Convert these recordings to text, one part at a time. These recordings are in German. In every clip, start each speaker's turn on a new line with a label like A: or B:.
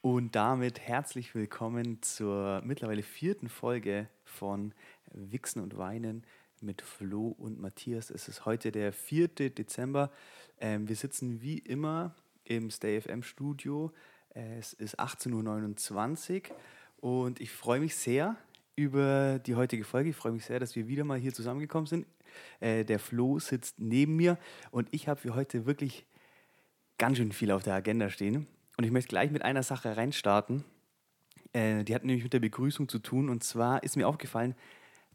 A: Und damit herzlich willkommen zur mittlerweile vierten Folge von Wichsen und Weinen mit Flo und Matthias. Es ist heute der 4. Dezember. Ähm, wir sitzen wie immer im Stay FM Studio. Es ist 18.29 Uhr und ich freue mich sehr über die heutige Folge. Ich freue mich sehr, dass wir wieder mal hier zusammengekommen sind. Äh, der Flo sitzt neben mir und ich habe für heute wirklich ganz schön viel auf der Agenda stehen. Und ich möchte gleich mit einer Sache reinstarten. Äh, die hat nämlich mit der Begrüßung zu tun. Und zwar ist mir aufgefallen,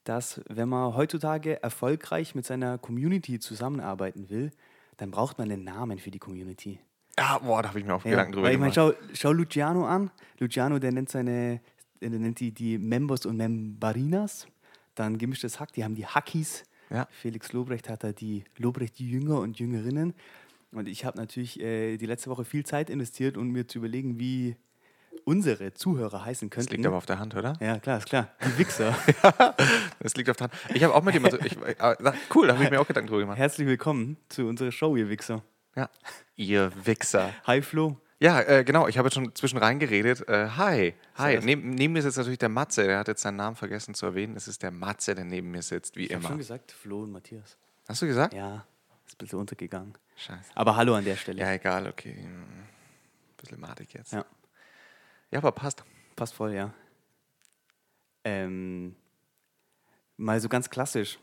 A: dass wenn man heutzutage erfolgreich mit seiner Community zusammenarbeiten will, dann braucht man einen Namen für die Community.
B: Ja, boah, da habe ich mir auch
A: Ja,
B: Gedanken drüber
A: weil ich meine,
B: gemacht.
A: schau, schau Luciano an. Luciano, der nennt seine, der nennt die, die Members und Membarinas. Dann gemischtes Hack, die haben die Hackies.
B: Ja.
A: Felix Lobrecht hat da die Lobrecht die Jünger und Jüngerinnen. Und ich habe natürlich äh, die letzte Woche viel Zeit investiert, um mir zu überlegen, wie unsere Zuhörer heißen könnten.
B: Das liegt aber auf der Hand, oder?
A: ja, klar, ist klar. Die Wichser.
B: Das liegt auf der Hand. Ich habe auch mit jemandem. Ich, äh, na, cool, da habe ich mir auch Gedanken drüber gemacht.
A: Herzlich willkommen zu unserer Show, ihr Wichser.
B: Ja. Ihr Wichser.
A: Hi Flo.
B: Ja, äh, genau. Ich habe jetzt schon zwischen reingeredet. Äh, hi, hi.
A: Servus.
B: Neben, neben mir sitzt natürlich der Matze. Der hat jetzt seinen Namen vergessen zu erwähnen. Es ist der Matze, der neben mir sitzt, wie
A: Ich habe
B: immer.
A: schon gesagt, Flo und Matthias.
B: Hast du gesagt?
A: Ja, ist ein bisschen untergegangen.
B: Scheiße.
A: Aber hallo an der Stelle.
B: Ja, egal, okay. Hm. Bisschen madig jetzt.
A: Ja.
B: ja, aber passt.
A: Passt voll, ja. Ähm, mal so ganz klassisch.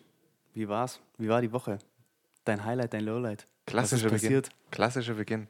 A: Wie war's? Wie war die Woche? Dein Highlight, dein Lowlight?
B: Klassischer
A: Was ist
B: Beginn.
A: passiert?
B: Klassischer Beginn.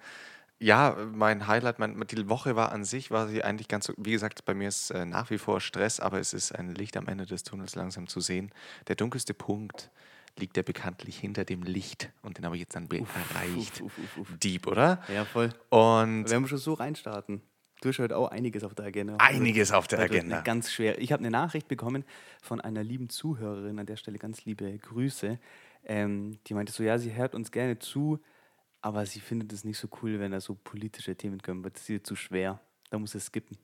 B: Ja, mein Highlight, mein, die Woche war an sich, war sie eigentlich ganz, so- wie gesagt, bei mir ist äh, nach wie vor Stress, aber es ist ein Licht am Ende des Tunnels langsam zu sehen. Der dunkelste Punkt liegt ja bekanntlich hinter dem Licht und den habe ich jetzt dann be- erreicht.
A: Uff, uff, uff.
B: Deep, oder?
A: Ja, voll.
B: Und
A: Wenn wir schon so reinstarten. Du hast heute auch einiges auf der Agenda.
B: einiges auf der
A: Heute wird eine
B: Agenda.
A: Ganz schwer. Ich habe eine Nachricht bekommen von einer lieben Zuhörerin, an der Stelle ganz liebe Grüße. Ähm, die meinte so, ja, sie hört uns gerne zu, aber sie findet es nicht so cool, wenn da so politische Themen kommen, weil das ist ihr zu schwer. Da muss es skippen.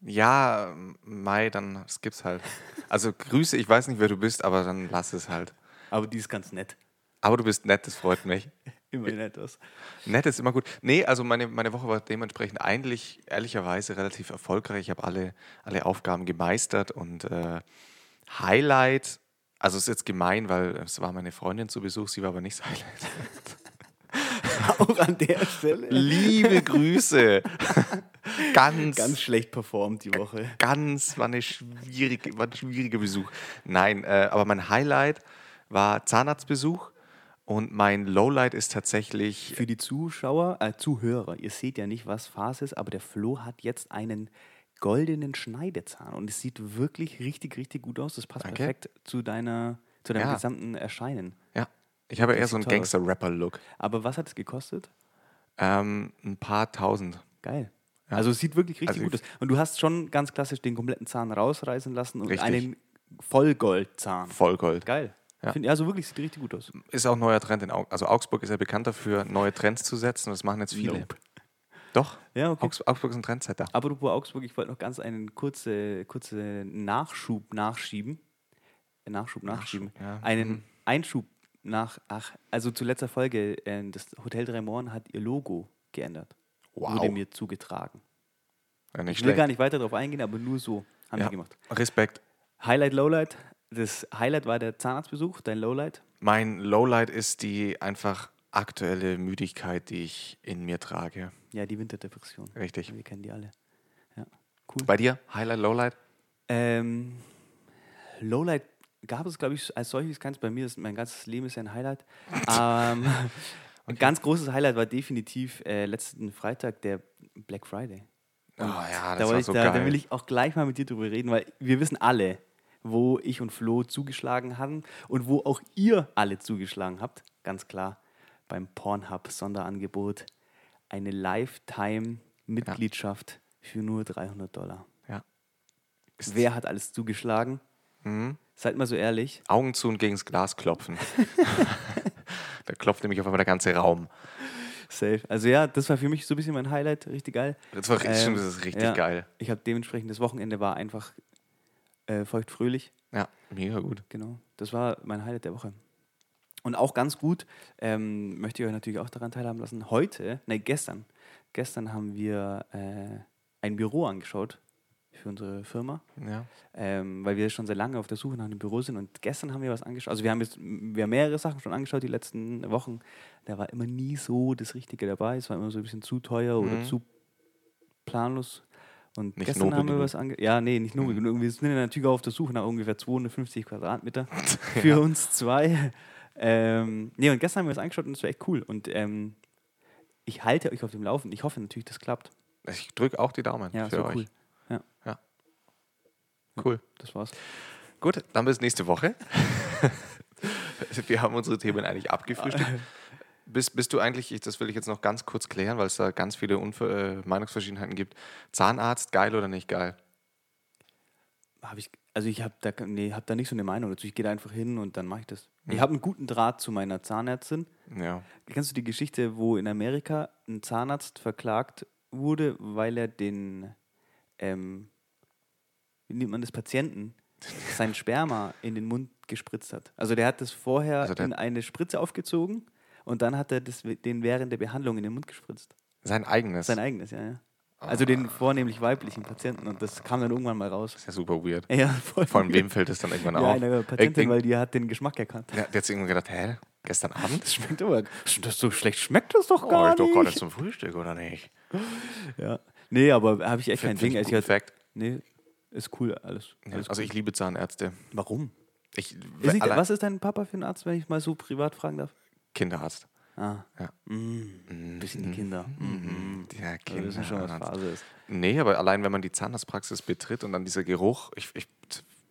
B: Ja, Mai, dann skipp's halt. Also Grüße, ich weiß nicht, wer du bist, aber dann lass es halt.
A: Aber die ist ganz nett.
B: Aber du bist nett, das freut mich.
A: Immerhin etwas.
B: Nett ist immer gut. Nee, also meine, meine Woche war dementsprechend eigentlich ehrlicherweise relativ erfolgreich. Ich habe alle, alle Aufgaben gemeistert und äh, Highlight, also ist jetzt gemein, weil es war meine Freundin zu Besuch, sie war aber nicht das Highlight.
A: Auch an der Stelle.
B: Liebe Grüße. ganz,
A: Ganz
B: ganz,
A: schlecht performt die Woche.
B: ganz war, eine schwierige, war ein schwieriger Besuch. Nein, äh, aber mein Highlight war Zahnarztbesuch und mein Lowlight ist tatsächlich
A: Für die Zuschauer, äh, Zuhörer, ihr seht ja nicht, was Phase ist, aber der Flo hat jetzt einen goldenen Schneidezahn und es sieht wirklich richtig, richtig gut aus. Das passt
B: Danke.
A: perfekt zu deiner, zu deinem
B: Ja.
A: gesamten Erscheinen.
B: Ja, ich habe eher so einen
A: sieht toll aus.
B: Gangster-Rapper-Look.
A: Aber was hat es gekostet?
B: Ähm, ein paar tausend.
A: Geil. Also es sieht wirklich richtig
B: Also
A: gut aus.
B: ich-
A: Und du hast schon ganz klassisch den kompletten Zahn rausreißen lassen und
B: Richtig.
A: einen Vollgoldzahn.
B: Vollgold.
A: Geil.
B: Ja.
A: Find, also wirklich sieht richtig gut aus.
B: Ist auch neuer Trend in Augsburg. Also Augsburg ist ja bekannt dafür, neue Trends zu setzen. und Das machen jetzt viele.
A: Nope.
B: Doch.
A: Ja, okay.
B: Augs Augsburg ist ein Trendsetter.
A: Apropos Augsburg, ich wollte noch ganz einen kurzen kurze Nachschub nachschieben. Nachschub nachschieben.
B: ja. mhm.
A: Einen Einschub nach, ach, also zu letzter Folge, äh, das Hotel Dremoren hat ihr Logo geändert.
B: Wow.
A: Wurde mir zugetragen.
B: Ja, nicht
A: Ich will
B: schlecht.
A: gar nicht weiter darauf eingehen, aber nur so haben
B: ja.
A: wir gemacht.
B: Respekt.
A: Highlight, Lowlight. Das Highlight war der Zahnarztbesuch, dein Lowlight.
B: Mein Lowlight ist die einfach aktuelle Müdigkeit, die ich in mir trage.
A: Ja, die Winterdepression.
B: Richtig.
A: Wir kennen die alle. Ja, cool.
B: Bei dir? Highlight, Lowlight?
A: Ähm, Lowlight gab es, glaube ich, als solches keins bei mir. Ist, mein ganzes Leben ist ja ein Highlight. ähm, Ein ganz großes Highlight war definitiv äh, letzten Freitag der Black Friday.
B: Oh ja,
A: da, wollte ich, da, da will ich auch gleich mal mit dir drüber reden, weil wir wissen alle, wo ich und Flo zugeschlagen haben und wo auch ihr alle zugeschlagen habt. Ganz klar beim Pornhub-Sonderangebot. Eine Lifetime-Mitgliedschaft für nur 300 Dollar.
B: ja. Ist-
A: Wer hat alles zugeschlagen? Seid mal so ehrlich.
B: Augen zu und gegen das Glas klopfen. da klopft nämlich auf einmal der ganze Raum.
A: Safe. Also ja, das war für mich so ein bisschen mein Highlight. Richtig geil.
B: Das war richtig, das ist richtig
A: Ähm, ja,
B: geil.
A: Ich habe dementsprechend, das Wochenende war einfach äh, feuchtfröhlich.
B: Ja, mega gut.
A: Genau. Das war mein Highlight der Woche. Und auch ganz gut, ähm, möchte ich euch natürlich auch daran teilhaben lassen. Heute, ne, gestern, gestern haben wir äh, ein Büro angeschaut für unsere Firma,
B: Ja.
A: ähm, weil wir schon sehr lange auf der Suche nach einem Büro sind. Und gestern haben wir was angeschaut. Also wir haben jetzt wir haben mehrere Sachen schon angeschaut die letzten Wochen. Da war immer nie so das Richtige dabei. Es war immer so ein bisschen zu teuer oder
B: Mhm.
A: zu planlos. Und
B: Nicht
A: gestern
B: nobel
A: haben wir
B: genug.
A: was ange Ja, nee, nicht nur.
B: Mhm.
A: genug. Wir sind natürlich auf der Suche nach ungefähr 250 Quadratmeter für uns zwei. Ähm, nee, und gestern haben wir es angeschaut und es war echt cool. Und ähm, ich halte euch auf dem Laufen. Ich hoffe natürlich, das klappt.
B: Ich drücke auch die Daumen
A: Ja,
B: für
A: so
B: euch.
A: cool.
B: cool.
A: Das war's.
B: Gut, dann bis nächste Woche. Wir haben unsere Themen eigentlich abgefrühstückt. Bist, bist du eigentlich, ich, das will ich jetzt noch ganz kurz klären, weil es da ganz viele Unver äh, Meinungsverschiedenheiten gibt. Zahnarzt, geil oder nicht geil?
A: Hab ich, also ich habe da, ke- nee, hab da nicht so eine Meinung dazu. Ich gehe da einfach hin und dann mache ich das.
B: Mhm.
A: Ich habe einen guten Draht zu meiner Zahnärztin.
B: Ja.
A: Kennst du die Geschichte, wo in Amerika ein Zahnarzt verklagt wurde, weil er den, ähm, wie nennt man das, Patienten sein Sperma in den Mund gespritzt hat. Also der hat das vorher
B: Also der-
A: in eine Spritze aufgezogen und dann hat er das, den während der Behandlung in den Mund gespritzt.
B: Sein eigenes.
A: Sein eigenes, ja, ja.
B: ah.
A: Also den vornehmlich weiblichen Patienten und das kam dann irgendwann mal raus.
B: ist ja super weird.
A: Ja, voll.
B: Von wem fällt es dann irgendwann
A: Ja,
B: auf?
A: eine
B: Irgend-
A: Patientin, weil die hat den Geschmack erkannt.
B: Ja, der hat sich irgendwann gedacht, hä? Gestern Abend?
A: Das schmeckt aber. Das so schlecht schmeckt das doch
B: Oh,
A: gar
B: ich doch gerade
A: nicht.
B: zum Frühstück, oder nicht?
A: Ja. Nee, aber habe ich echt kein
B: Finde ich
A: Ding. Also
B: gut.
A: ich halt,
B: Fact.
A: nee, ist cool alles.
B: Ja,
A: alles
B: also ich liebe Zahnärzte.
A: cool. Warum?
B: Ich,
A: Ist nicht,
B: allein-
A: was ist dein Papa für ein Arzt, wenn ich mal so privat fragen darf?
B: Kinderarzt.
A: Ah.
B: Ja. Mhm.
A: Mm, bisschen die Kinder. Mm.
B: Ja,
A: Wir wissen schon, was Phase ist.
B: Nee, aber allein wenn man die Zahnarztpraxis betritt und dann dieser Geruch, ich, ich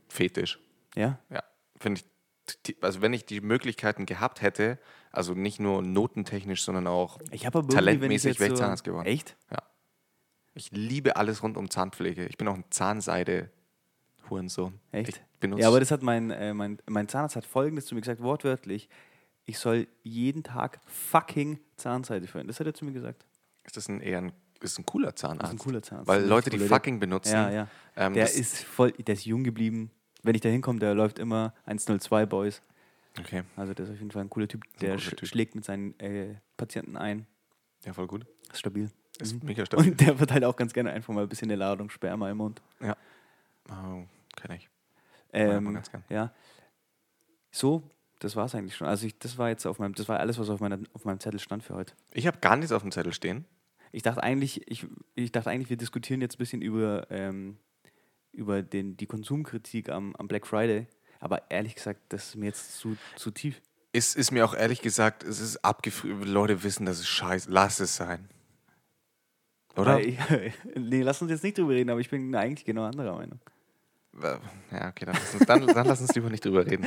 B: fetisch.
A: Ja?
B: Ja, finde ich. die- Also wenn ich die Möglichkeiten gehabt hätte, also nicht nur notentechnisch, sondern auch,
A: Ich habe aber irgendwie, wenn ich
B: Talentmäßig
A: jetzt
B: wäre ich
A: so,
B: Zahnarzt geworden.
A: Echt?
B: ja. Ich liebe alles rund um Zahnpflege. Ich bin auch ein Zahnseide Hurensohn.
A: Echt?
B: Ich benutze
A: ja, aber das hat mein, äh, mein, mein Zahnarzt hat folgendes zu mir gesagt, wortwörtlich. Ich soll jeden Tag fucking Zahnseide verwenden. Das hat er zu mir gesagt.
B: ist das ein eher ein, ist ein cooler Zahnarzt.
A: ein cooler Zahnarzt.
B: Weil
A: Ein
B: Leute, die
A: richtig cooler
B: fucking benutzen,
A: Ja, ja.
B: Ähm,
A: der
B: das-
A: ist voll, der ist jung geblieben. Wenn ich da hinkomme, der läuft immer 102 Boys.
B: Okay,
A: Also der ist auf jeden Fall ein cooler Typ.
B: ein
A: Der
B: cooler
A: sch
B: Typ.
A: schlägt mit seinen äh, Patienten ein.
B: ja, voll gut.
A: Ist stabil.
B: Ist mega stark.
A: Mhm. Und der verteilt auch ganz gerne einfach mal ein bisschen eine Ladung Sperma im Mund.
B: Oh, kenn ich. Ja, aber
A: Ähm,
B: ganz gern.
A: ja. So, das war es eigentlich schon. Also ich, das war jetzt auf meinem, das war alles, was auf, meiner, auf meinem Zettel stand für heute.
B: Ich habe gar nichts auf dem Zettel stehen.
A: Ich dachte eigentlich, ich, ich dachte eigentlich, wir diskutieren jetzt ein bisschen über, ähm, über den, die Konsumkritik am, am Black Friday. Aber ehrlich gesagt, das ist mir jetzt zu, zu tief.
B: Es ist mir auch ehrlich gesagt, es ist abgefrüht. Leute wissen, das ist scheiße. Lass es sein. Oder?
A: Weil Ich, nee, lass uns jetzt nicht drüber reden, aber ich bin eigentlich genau anderer Meinung.
B: Äh, Ja, okay, dann lass uns, dann, dann lass uns lieber nicht drüber reden.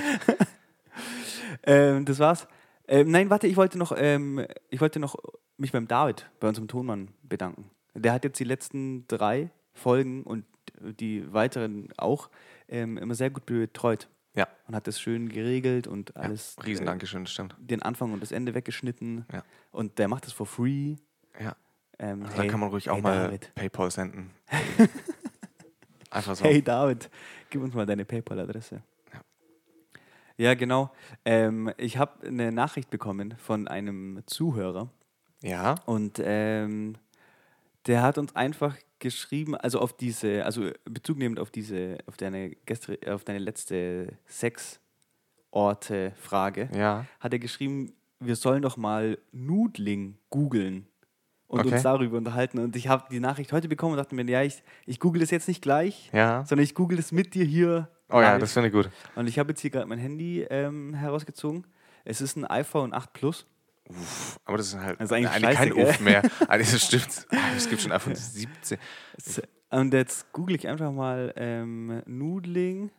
A: Ähm, das war's. Ähm, nein, warte, ich wollte noch, ähm, ich wollte noch mich beim David, bei unserem Tonmann, bedanken. Der hat jetzt die letzten drei Folgen und die weiteren auch ähm, immer sehr gut betreut
B: Ja,
A: und hat das schön geregelt und
B: ja
A: alles äh,
B: riesen Dankeschön, stimmt.
A: den Anfang und das Ende weggeschnitten.
B: Ja.
A: Und der macht das for free.
B: Ja,
A: Ähm,
B: also da kann man ruhig auch
A: hey
B: mal
A: David,
B: Paypal senden. Einfach so.
A: hey David, gib uns mal deine PayPal-Adresse. Ja, genau. Ähm, ich habe eine Nachricht bekommen von einem Zuhörer
B: Ja,
A: und ähm, der hat uns einfach geschrieben, also auf diese, also Bezug nehmend auf diese, auf deine gestre, auf deine letzte Sexorte-Frage.
B: ja.
A: hat er geschrieben, wir sollen doch mal Nudling googeln und
B: Okay.
A: uns darüber unterhalten. Und ich habe die Nachricht heute bekommen und dachte mir, ja, ich, ich google das jetzt nicht gleich,
B: Ja.
A: sondern ich google das mit dir hier.
B: Oh ja,
A: live.
B: das finde ich gut.
A: und ich habe jetzt hier gerade mein Handy ähm, herausgezogen. Es ist ein iPhone 8 Plus.
B: Aber das ist halt
A: Das ist eigentlich
B: kein
A: scheiße, gell?
B: Ofen mehr. Also das stimmt. Es gibt schon iPhone 17.
A: S- Und jetzt google ich einfach mal ähm, Nudling.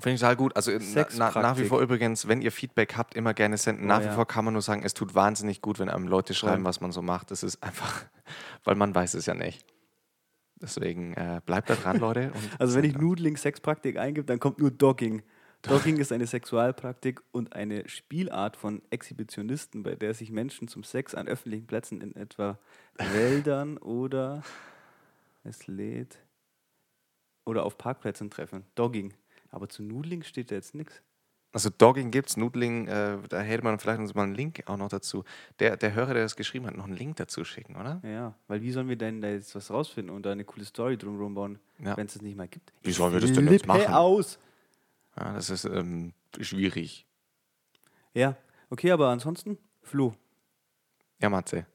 B: Finde ich total gut. Also na, na, nach wie
A: Sexpraktik. Oh
B: vor übrigens, wenn ihr Feedback habt, immer gerne senden. Nach wie
A: ja.
B: vor kann man nur sagen, es tut wahnsinnig gut, wenn einem Leute schreiben, was man so macht. Es ist einfach, weil man weiß es ja nicht. Deswegen äh, bleibt da dran, Leute. Und
A: Also wenn ich
B: sendet
A: Nudling Sexpraktik eingebe, dann kommt nur Dogging. Dogging ist eine Sexualpraktik und eine Spielart von Exhibitionisten, bei der sich Menschen zum Sex an öffentlichen Plätzen in etwa Wäldern oder es lädt oder auf Parkplätzen treffen. Dogging. Aber zu Nudling steht da jetzt nichts.
B: Also Dogging gibt's, Noodling, äh, da hätte man vielleicht uns mal einen Link auch noch dazu. Der, der Hörer, der das geschrieben hat, noch einen Link dazu schicken, oder?
A: Ja, weil wie sollen wir denn da jetzt was rausfinden und da eine coole Story drumherum bauen,
B: Ja.
A: wenn es das nicht mal gibt?
B: Wie sollen wir das denn jetzt
A: Lippe
B: machen?
A: aus!
B: Ja, das ist ähm, schwierig.
A: Ja, okay, aber ansonsten, Flo.
B: Ja, Matze.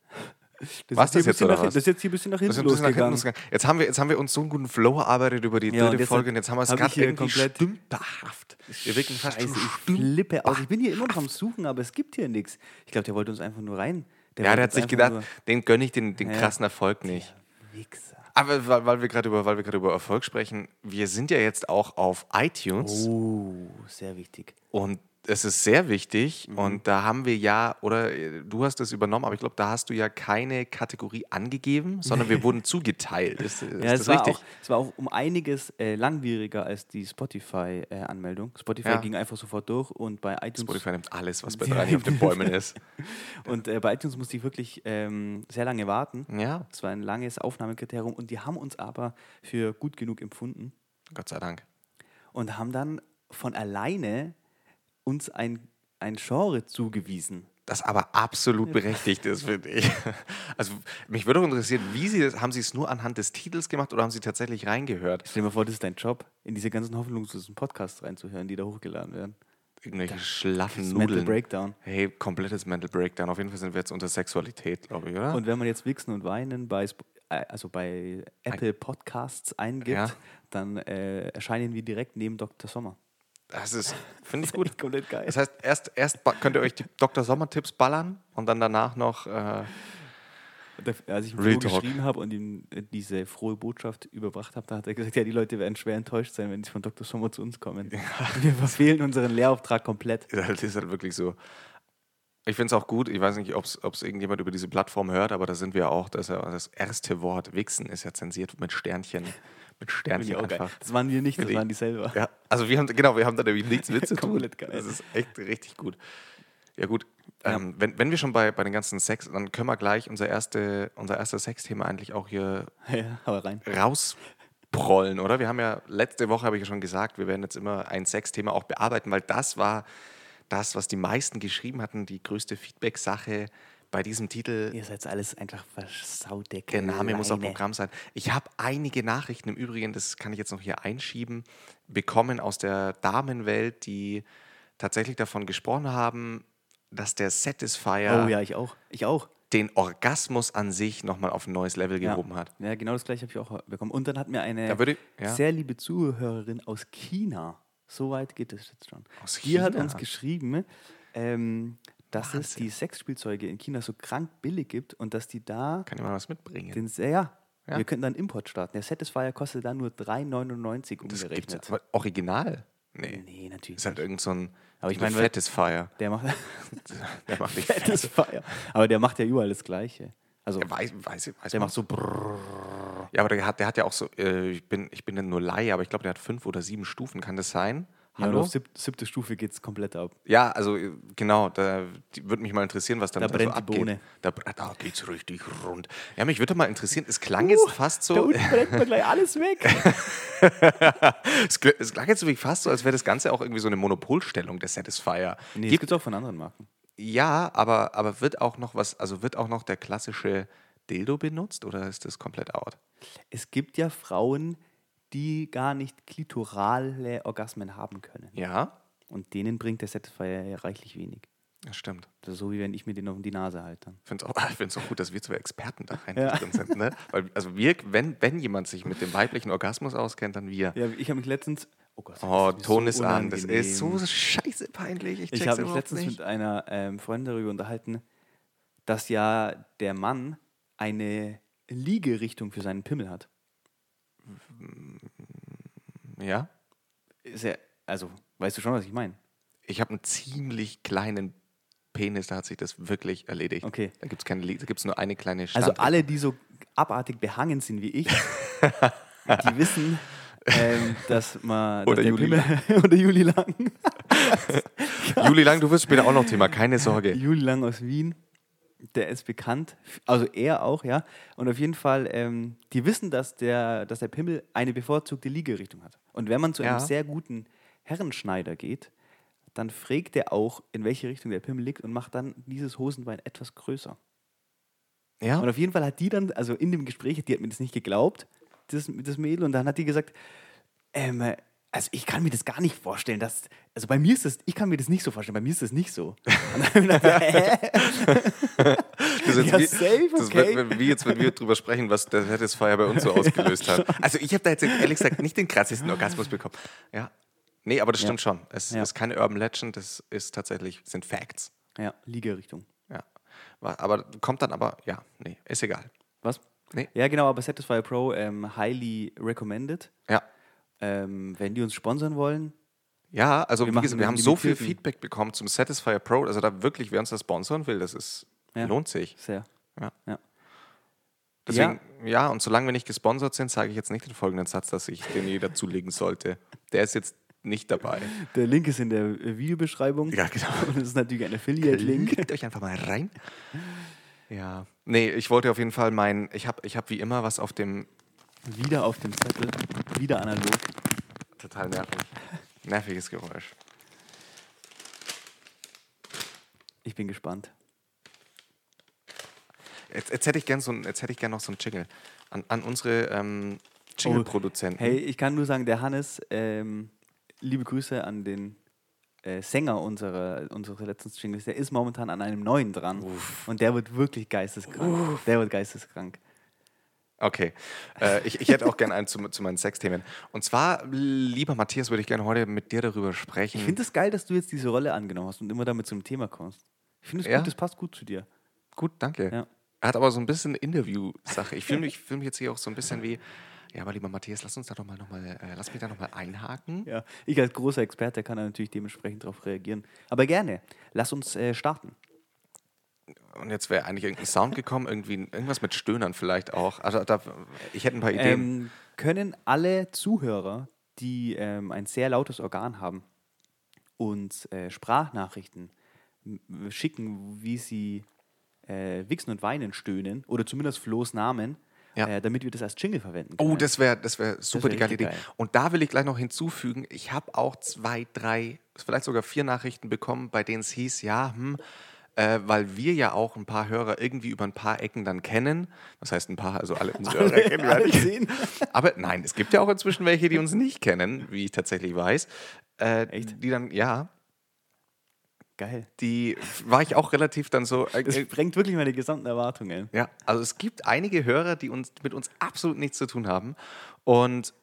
A: Das
B: War's
A: ist hier
B: das jetzt,
A: ein bisschen
B: oder
A: nach, hin-
B: was?
A: Das ist jetzt hier ein bisschen nach hinten
B: Das ist ein bisschen nach hinten
A: losgegangen.
B: losgegangen. Jetzt haben, wir, jetzt haben wir uns so einen guten Flow erarbeitet über die
A: Ja, und
B: dritte
A: jetzt
B: Folge und jetzt haben wir es
A: hab ich
B: gerade
A: hier
B: irgendwie
A: komplett-
B: stümperhaft. Wir wirken fast
A: Scheiße,
B: schon
A: ich flippe aus. Ich bin hier immer noch am Suchen, aber es gibt hier nichts. Ich glaube, der wollte uns einfach nur rein.
B: Ja,
A: wollte
B: der hat
A: uns
B: sich
A: einfach
B: gedacht,
A: nur-
B: den gönne ich den, den
A: Ja.
B: krassen Erfolg nicht.
A: Wichser.
B: Aber weil, weil wir gerade über, weil wir gerade über Erfolg sprechen, wir sind ja jetzt auch auf iTunes
A: Oh, sehr wichtig.
B: und es ist sehr wichtig
A: Mhm.
B: und da haben wir ja, oder äh, du hast es übernommen, aber ich glaube, da hast du ja keine Kategorie angegeben, sondern wir wurden zugeteilt. Ist, ist
A: Ja,
B: das
A: es war,
B: richtig?
A: auch, es war auch um einiges äh, langwieriger als die Spotify-Anmeldung. Spotify
B: Ja.
A: ging einfach sofort durch und bei iTunes
B: Spotify nimmt alles, was bei
A: Ja.
B: drei auf den Bäumen ist.
A: und äh, bei iTunes musste ich wirklich ähm, sehr lange warten.
B: Ja,
A: Es war ein langes Aufnahmekriterium und die haben uns aber für gut genug empfunden
B: Gott sei Dank.
A: und haben dann von alleine uns ein, ein Genre zugewiesen.
B: das aber absolut berechtigt ist, finde ich. Also mich würde auch interessieren, wie Sie das, haben Sie es nur anhand des Titels gemacht oder haben Sie tatsächlich reingehört?
A: Stell dir mal vor, das ist dein Job, in diese ganzen hoffnungslosen Podcasts reinzuhören, die da hochgeladen werden.
B: Irgendwelche schlaffen
A: Das
B: Nudeln.
A: Mental Breakdown.
B: Hey, komplettes Mental Breakdown. Auf jeden Fall sind wir jetzt unter Sexualität, glaube ich, oder?
A: Und wenn man jetzt Wichsen und Weinen bei, Sp- äh, also bei Apple Podcasts eingibt,
B: Ja.
A: dann äh, erscheinen wir direkt neben Dr. Sommer.
B: das ist, finde ich gut.
A: Komplett geil.
B: Das heißt, erst, erst ba- könnt ihr euch die Dr. Sommer-Tipps ballern und dann danach noch, äh,
A: Und da- Als ich ihm
B: Real
A: Flo
B: Talk.
A: geschrieben habe und ihm äh, diese frohe Botschaft überbracht habe, da hat er gesagt, ja, die Leute werden schwer enttäuscht sein, wenn sie von Dr. Sommer zu uns kommen. Wir verfehlen unseren Lehrauftrag komplett.
B: das ist halt wirklich so. Ich finde es auch gut, ich weiß nicht, ob es irgendjemand über diese Plattform hört, aber da sind wir auch, dass er, das erste Wort Wichsen ist ja zensiert mit Sternchen. Mit
A: Finde
B: Sternchen
A: ich auch geil.
B: einfach.
A: Das waren wir nicht, das
B: Finde ich-
A: waren die selber.
B: Ja, also wir haben, genau, wir haben da nämlich nichts mit zu tun.
A: Komplett geil.
B: Das ist echt richtig gut. Ja gut, ähm, wenn, wenn wir schon bei, bei den ganzen Sex, dann können wir gleich unser, erste, unser erstes Sexthema eigentlich auch hier
A: Ja, aber rein.
B: rausprollen, oder? Wir haben ja, letzte Woche habe ich ja schon gesagt, wir werden jetzt immer ein Sexthema auch bearbeiten, weil das war das, was die meisten geschrieben hatten, die größte Feedback-Sache bei diesem Titel.
A: Ihr seid alles einfach versaute
B: Der Name Genau, muss auch
A: Kleine.
B: Programm sein. Ich habe einige Nachrichten im Übrigen, das kann ich jetzt noch hier einschieben, bekommen aus der Damenwelt, die tatsächlich davon gesprochen haben, dass der Satisfier
A: Oh ja, ich auch. Ich auch.
B: den Orgasmus an sich nochmal auf ein neues Level
A: Ja.
B: gehoben hat.
A: Ja, genau das gleiche habe ich auch bekommen. Und dann hat mir eine
B: Da würde ich- ja.
A: sehr liebe Zuhörerin aus China, so weit geht es jetzt schon,
B: Aus
A: die hat
B: China?
A: uns geschrieben, ähm, dass es
B: Wahnsinn.
A: die Sexspielzeuge in China so krank billig gibt und dass die da
B: Kann jemand was mitbringen?
A: den sehr, ja,
B: Ja.
A: wir könnten dann Import starten. Der Satisfier kostet dann nur 3,99
B: das gibt's
A: umgerechnet.
B: jetzt aber original? Nee.
A: Nee, natürlich.
B: Ist halt irgend so
A: Hm.
B: ein
A: Aber ich
B: so ein
A: meine, weil-
B: Satisfier.
A: Der macht
B: Der macht nicht fett.
A: Satisfier. Aber der macht ja überall das Gleiche. Also
B: Der weiß, weiß, weiß
A: der
B: man.
A: macht so brrrr.
B: Ja, aber der hat, der hat ja auch so, äh, ich bin, ich bin denn nur Laie, aber ich glaube, der hat fünf oder sieben Stufen, kann das sein?
A: Ja, und
B: Hallo?
A: auf sieb siebte Stufe geht es komplett ab.
B: Ja, also äh, genau, da würde mich mal interessieren, was dann
A: Da
B: so
A: brennt die
B: abgeht.
A: Bohne.
B: Da, br- da geht's richtig rund. Ja, mich würde mal interessieren, es klang jetzt fast
A: Uh, Da
B: so,
A: unten brennt man gleich alles weg.
B: es, kl- es klang jetzt wirklich fast so, als wäre das Ganze auch irgendwie so eine Monopolstellung der Satisfier.
A: Nee, das
B: Gibt,
A: gibt es auch von anderen Marken.
B: ja, aber, aber wird auch noch was, also wird auch noch der klassische Dildo benutzt oder ist das komplett out?
A: Es gibt ja Frauen, die gar nicht klitorale Orgasmen haben können.
B: Ja,
A: Und denen bringt der Satisfier ja reichlich wenig.
B: das stimmt.
A: Das ist so, wie wenn ich mir den auf die Nase halte.
B: Ich finde es auch, ich find's auch gut, dass wir zwei Experten da rein
A: Ja.
B: drin sind. Ne? Weil, also wir, wenn, wenn jemand sich mit dem weiblichen Orgasmus auskennt, dann wir.
A: Ja, ich habe mich letztens... Oh Gott,
B: Oh,
A: mir
B: Ton
A: so
B: ist an. Das
A: unangenehm.
B: ist so scheiße peinlich. Ich,
A: Ich
B: check's
A: habe mich
B: überhaupt
A: letztens
B: nicht.
A: mit einer ähm, Freundin darüber unterhalten, dass ja der Mann eine Liegerichtung für seinen Pimmel hat.
B: Ja?
A: Ist ja, also, weißt du schon, was ich meine?
B: Ich habe einen ziemlich kleinen Penis, da hat sich das wirklich erledigt.
A: Okay.
B: Da gibt es keine, Li- da gibt's nur eine kleine
A: Also
B: Standrichtung.
A: alle, die so abartig behangen sind wie ich, die wissen, ähm, dass man
B: Oder
A: dass der
B: Juli
A: Pimmel- oder Juli Lang,
B: Juli Lang, du wirst später auch noch Thema, keine Sorge.
A: Juli Lang aus Wien, der ist bekannt, also er auch, ja. Und auf jeden Fall, ähm, die wissen, dass der, dass der Pimmel eine bevorzugte Liegerichtung hat. Und wenn man zu
B: Ja.
A: einem sehr guten Herrenschneider geht, dann frägt er auch, in welche Richtung der Pimmel liegt und macht dann dieses Hosenbein etwas größer.
B: Ja.
A: Und auf jeden Fall hat die dann, also in dem Gespräch, die hat mir das nicht geglaubt, das, das Mädel, und dann hat die gesagt, ähm, äh, also ich kann mir das gar nicht vorstellen, dass, also bei mir ist das, ich kann mir das nicht so vorstellen, bei mir ist das nicht so. Und dann hab ich mir gedacht, hä?
B: Das, ist
A: Ja,
B: jetzt wie,
A: safe,
B: das
A: okay.
B: wird, wie jetzt, wenn wir drüber sprechen, was der Satisfier bei uns so ausgelöst hat. Also ich habe da jetzt ehrlich gesagt nicht den krassesten Orgasmus bekommen. Ja. Nee, aber das stimmt schon. Es
A: Ja.
B: ist keine Urban Legend, das ist tatsächlich, sind Facts.
A: Ja, Liegerichtung.
B: Ja. War- Aber kommt dann aber, ja, nee, ist egal.
A: Was?
B: Nee.
A: Ja, genau, aber Satisfyer Pro, ähm, highly recommended.
B: Ja.
A: Ähm, wenn die uns sponsern wollen,
B: Ja, also
A: Wir
B: wie
A: machen
B: gesagt, wir
A: den
B: haben so viel
A: limitierten.
B: Feedback bekommen zum Satisfier Pro. Also da wirklich, wer uns das sponsoren will, das ist,
A: Ja.
B: lohnt sich.
A: sehr.
B: Ja.
A: Ja.
B: Deswegen, ja. und solange wir nicht gesponsert sind, sage ich jetzt nicht den folgenden Satz, dass ich den je dazulegen sollte. Der ist jetzt nicht dabei.
A: Der Link ist in der äh, Videobeschreibung.
B: Ja, genau.
A: Und es ist natürlich ein Affiliate-Link.
B: Klickt euch einfach mal rein. Ja. Nee, ich wollte auf jeden Fall meinen, ich habe ich hab wie immer was auf dem,
A: Wieder auf dem Zettel, wieder analog.
B: total nervig, nerviges Geräusch.
A: Ich bin gespannt.
B: Jetzt, jetzt hätte ich gern, so ein, jetzt hätte ich gern noch so einen Jingle. An, an unsere ähm, Jingle-Produzenten.
A: Oh, Hey, ich kann nur sagen, der Hannes, ähm, liebe Grüße an den äh, Sänger unserer, unseres letzten Jingles, der ist momentan an einem neuen dran. Und der wird wirklich geisteskrank. Der wird geisteskrank.
B: Okay. Äh, ich, ich hätte auch gerne einen zu, zu meinen Sexthemen. Und zwar, lieber Matthias, würde ich gerne heute mit dir darüber sprechen.
A: Ich finde es geil, dass du jetzt diese Rolle angenommen hast und immer damit zum Thema kommst. Ich finde es
B: Ja?
A: gut, das passt gut zu dir.
B: gut, danke.
A: Ja.
B: Er hat aber so ein bisschen Interview-Sache. Ich fühle mich, fühl mich jetzt hier auch so ein bisschen wie, ja, aber lieber Matthias, lass uns da doch mal nochmal, äh, lass mich da nochmal einhaken.
A: Ja. Ich als großer Experte kann da natürlich dementsprechend darauf reagieren. Aber gerne, lass uns äh, starten.
B: Und jetzt wäre eigentlich irgendein Sound gekommen, irgendwie ein- irgendwas mit Stöhnern vielleicht auch. Also da, ich hätte ein paar Ideen.
A: Ähm, können alle Zuhörer, die ähm, ein sehr lautes Organ haben, uns äh, Sprachnachrichten m- schicken, wie sie äh, wichsen und weinen stöhnen oder zumindest Flo's Namen,
B: Ja.
A: äh, damit wir das als Jingle verwenden können.
B: Oh, das wäre das wär super
A: wär
B: die geile Idee.
A: richtig geil.
B: Und da will ich gleich noch hinzufügen, ich habe auch zwei, drei, vielleicht sogar vier Nachrichten bekommen, bei denen es hieß, ja, hm, äh, weil wir ja auch ein paar Hörer irgendwie über ein paar Ecken dann kennen. Das heißt ein paar, also alle unsere Hörer kennen wir
A: Alle
B: alle.
A: sehen.
B: Aber nein, es gibt ja auch inzwischen welche, die uns nicht kennen, wie ich tatsächlich weiß. Äh, Echt? Die dann, ja,
A: Geil.
B: die war ich auch relativ dann so. äh,
A: Das sprengt wirklich meine gesamten Erwartungen.
B: ja, also es gibt einige Hörer, die uns mit uns absolut nichts zu tun haben. Und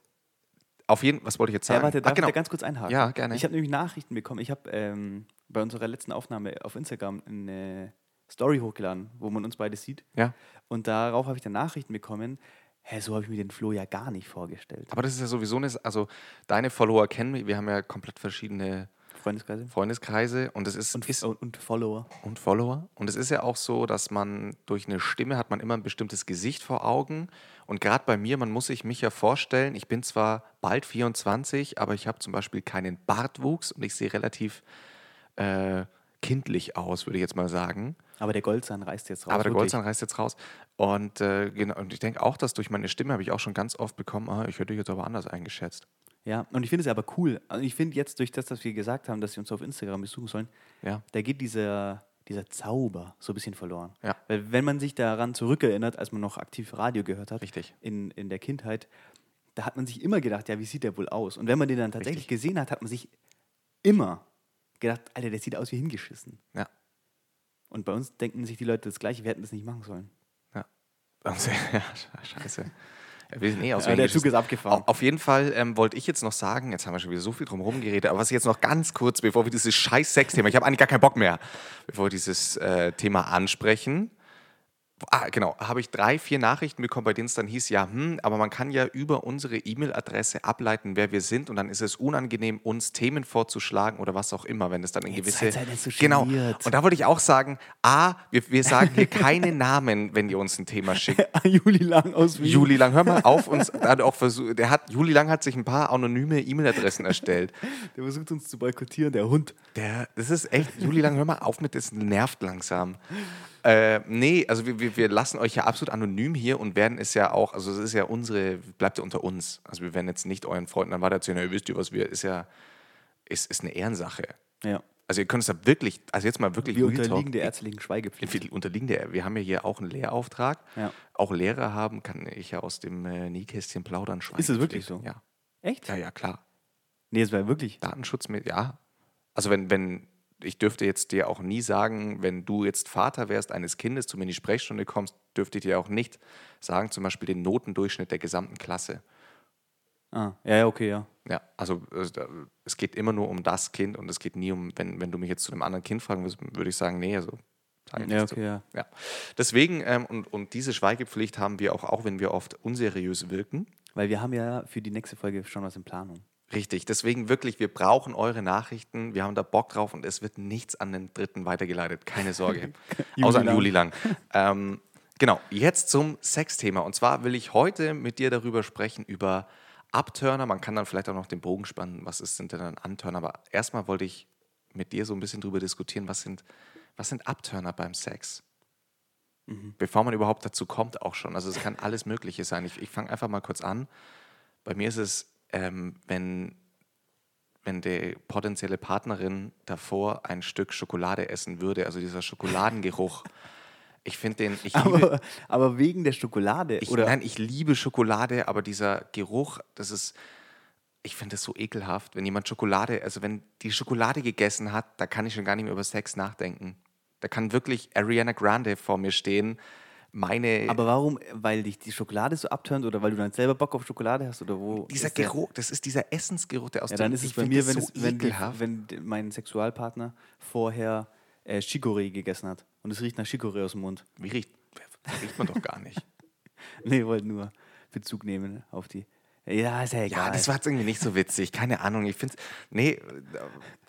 B: auf jeden was wollte ich jetzt sagen?
A: Ja, warte, darf
B: Ah, genau.
A: ich da ganz kurz einhaken?
B: Ja, gerne.
A: Ich habe nämlich Nachrichten bekommen. Ich habe ähm, bei unserer letzten Aufnahme auf Instagram eine Story hochgeladen, wo man uns beide sieht.
B: ja.
A: Und darauf habe ich dann Nachrichten bekommen, hä, so habe ich mir den Flo ja gar nicht vorgestellt.
B: Aber das ist ja sowieso eine, also deine Follower kennen mich, wir haben ja komplett verschiedene
A: Freundeskreise
B: Freundeskreise und es ist
A: und,
B: ist,
A: und, und Follower.
B: und Follower. Und es ist ja auch so, dass man durch eine Stimme hat man immer ein bestimmtes Gesicht vor Augen. Und gerade bei mir, man muss sich mich ja vorstellen, ich bin zwar bald 24, aber ich habe zum Beispiel keinen Bartwuchs und ich sehe relativ äh, kindlich aus, würde ich jetzt mal sagen.
A: Aber der Goldzahn reißt jetzt raus.
B: Aber der
A: wirklich.
B: Goldzahn reißt jetzt raus. Und, äh, genau, und ich denke auch, dass durch meine Stimme habe ich auch schon ganz oft bekommen, ah, ich hätte dich jetzt aber anders eingeschätzt.
A: Ja, und ich finde es aber cool. Also ich finde jetzt durch das, dass wir gesagt haben, dass sie uns auf Instagram besuchen sollen,
B: Ja.
A: da geht dieser, dieser Zauber so ein bisschen verloren.
B: Ja.
A: Weil wenn man sich daran zurückerinnert, als man noch aktiv Radio gehört hat,
B: Richtig.
A: In, in der Kindheit, da hat man sich immer gedacht, ja, wie sieht der wohl aus? Und wenn man den dann tatsächlich gesehen hat, hat man sich immer gedacht, Alter, der sieht aus wie hingeschissen.
B: Ja.
A: Und bei uns denken sich die Leute das Gleiche, wir hätten das nicht machen sollen.
B: Ja. Also, ja, sch- scheiße. Ja, Wir sind eh aus
A: Ja, der
B: Englisch.
A: Zug ist abgefahren.
B: Au- Auf jeden Fall ähm, wollte ich jetzt noch sagen, jetzt haben wir schon wieder so viel drum herum geredet, aber was ich jetzt noch ganz kurz, bevor wir dieses scheiß Sex-Thema, ich habe eigentlich gar keinen Bock mehr, bevor wir dieses äh, Thema ansprechen, ah, genau, habe ich drei, vier Nachrichten bekommen, bei denen es dann hieß, ja, hm, aber man kann ja über unsere E-Mail-Adresse ableiten, wer wir sind und dann ist es unangenehm, uns Themen vorzuschlagen oder was auch immer, wenn es dann in
A: Jetzt
B: gewisse...
A: seid ihr nicht so
B: genau,
A: geniert.
B: und da wollte ich auch sagen, A, wir, wir sagen hier keine Namen, wenn ihr uns ein Thema schickt.
A: Juli lang aus wie
B: Juli Lang, hör mal auf uns. Der hat auch versucht, der hat, Juli Lang hat sich ein paar anonyme E-Mail-Adressen erstellt.
A: Der versucht uns zu boykottieren, der Hund.
B: Der, das ist echt, Juli Lang, hör mal auf mit, das nervt langsam. Äh, nee, also wir, wir, wir lassen euch ja absolut anonym hier und werden es ja auch, also es ist ja unsere, bleibt ja unter uns. Also wir werden jetzt nicht euren Freunden dann weiter erzählen, hey, wisst ihr, was wir, ist ja, ist, ist eine Ehrensache.
A: Ja.
B: Also ihr könnt es da wirklich, also jetzt mal wirklich
A: Wir
B: Real Talk.
A: unterliegen der ärztlichen Schweigepflicht.
B: Wir unterliegen der, wir haben ja hier auch einen Lehrauftrag.
A: Ja.
B: Auch Lehrer haben, kann ich ja aus dem äh, Nähkästchen plaudern schweigen.
A: Ist das wirklich so?
B: Ja.
A: Echt?
B: Ja, ja, klar.
A: Nee, es war wirklich.
B: Datenschutz mit, ja. Also wenn, wenn, ich dürfte jetzt dir auch nie sagen, wenn du jetzt Vater wärst eines Kindes, zu mir in die Sprechstunde kommst, dürfte ich dir auch nicht sagen, zum Beispiel den Notendurchschnitt der gesamten Klasse.
A: Ah, ja, ja, okay, ja.
B: Ja, also äh, da- es geht immer nur um das Kind und es geht nie um, wenn, wenn du mich jetzt zu einem anderen Kind fragen würdest, würde ich sagen, nee, also sag ich
A: Ja,
B: nicht zu.
A: okay, ja.
B: ja. Deswegen, ähm, und, und diese Schweigepflicht haben wir auch, auch wenn wir oft unseriös wirken.
A: Weil wir haben ja für die nächste Folge schon was in Planung.
B: Richtig, deswegen wirklich, wir brauchen eure Nachrichten, wir haben da Bock drauf und es wird nichts an den Dritten weitergeleitet, keine Sorge.
A: Juli
B: Außer an
A: lang.
B: Juli lang. ähm, genau, jetzt zum Sexthema. Und zwar will ich heute mit dir darüber sprechen, über Abturner. Man kann dann vielleicht auch noch den Bogen spannen, was ist sind denn ein Antörner? Aber erstmal wollte ich mit dir so ein bisschen drüber diskutieren, was sind, was sind Abturner beim Sex? Bevor man überhaupt dazu kommt, auch schon. Also es kann alles Mögliche sein. Ich, ich fange einfach mal kurz an. Bei mir ist es, ähm, wenn, wenn die potenzielle Partnerin davor ein Stück Schokolade essen würde, also dieser Schokoladengeruch. Ich finde den, ich liebe,
A: Aber, aber wegen der Schokolade,
B: ich,
A: oder?
B: nein, ich liebe Schokolade, aber dieser Geruch, das ist, ich finde das so ekelhaft, wenn jemand Schokolade, also wenn die Schokolade gegessen hat, da kann ich schon gar nicht mehr über Sex nachdenken. Da kann wirklich Ariana Grande vor mir stehen, meine
A: aber warum? Weil dich die Schokolade so abtönt oder weil du dann selber Bock auf Schokolade hast oder wo?
B: Dieser
A: ist der-
B: Geruch, das ist dieser Essensgeruch, der aus
A: Ja, dann ist es
B: ich
A: bei
B: find
A: mir,
B: das
A: wenn,
B: so
A: es, wenn, die,
B: ekelhaft.
A: wenn d- mein Sexualpartner vorher äh, Chicorée gegessen hat und es riecht nach Chicorée aus dem Mund.
B: Wie riecht, riecht man doch gar nicht.
A: Nee, wollte nur Bezug nehmen auf die. Ja, ist ja egal.
B: Ja, das war jetzt irgendwie nicht so witzig. Keine Ahnung. Ich finde nee,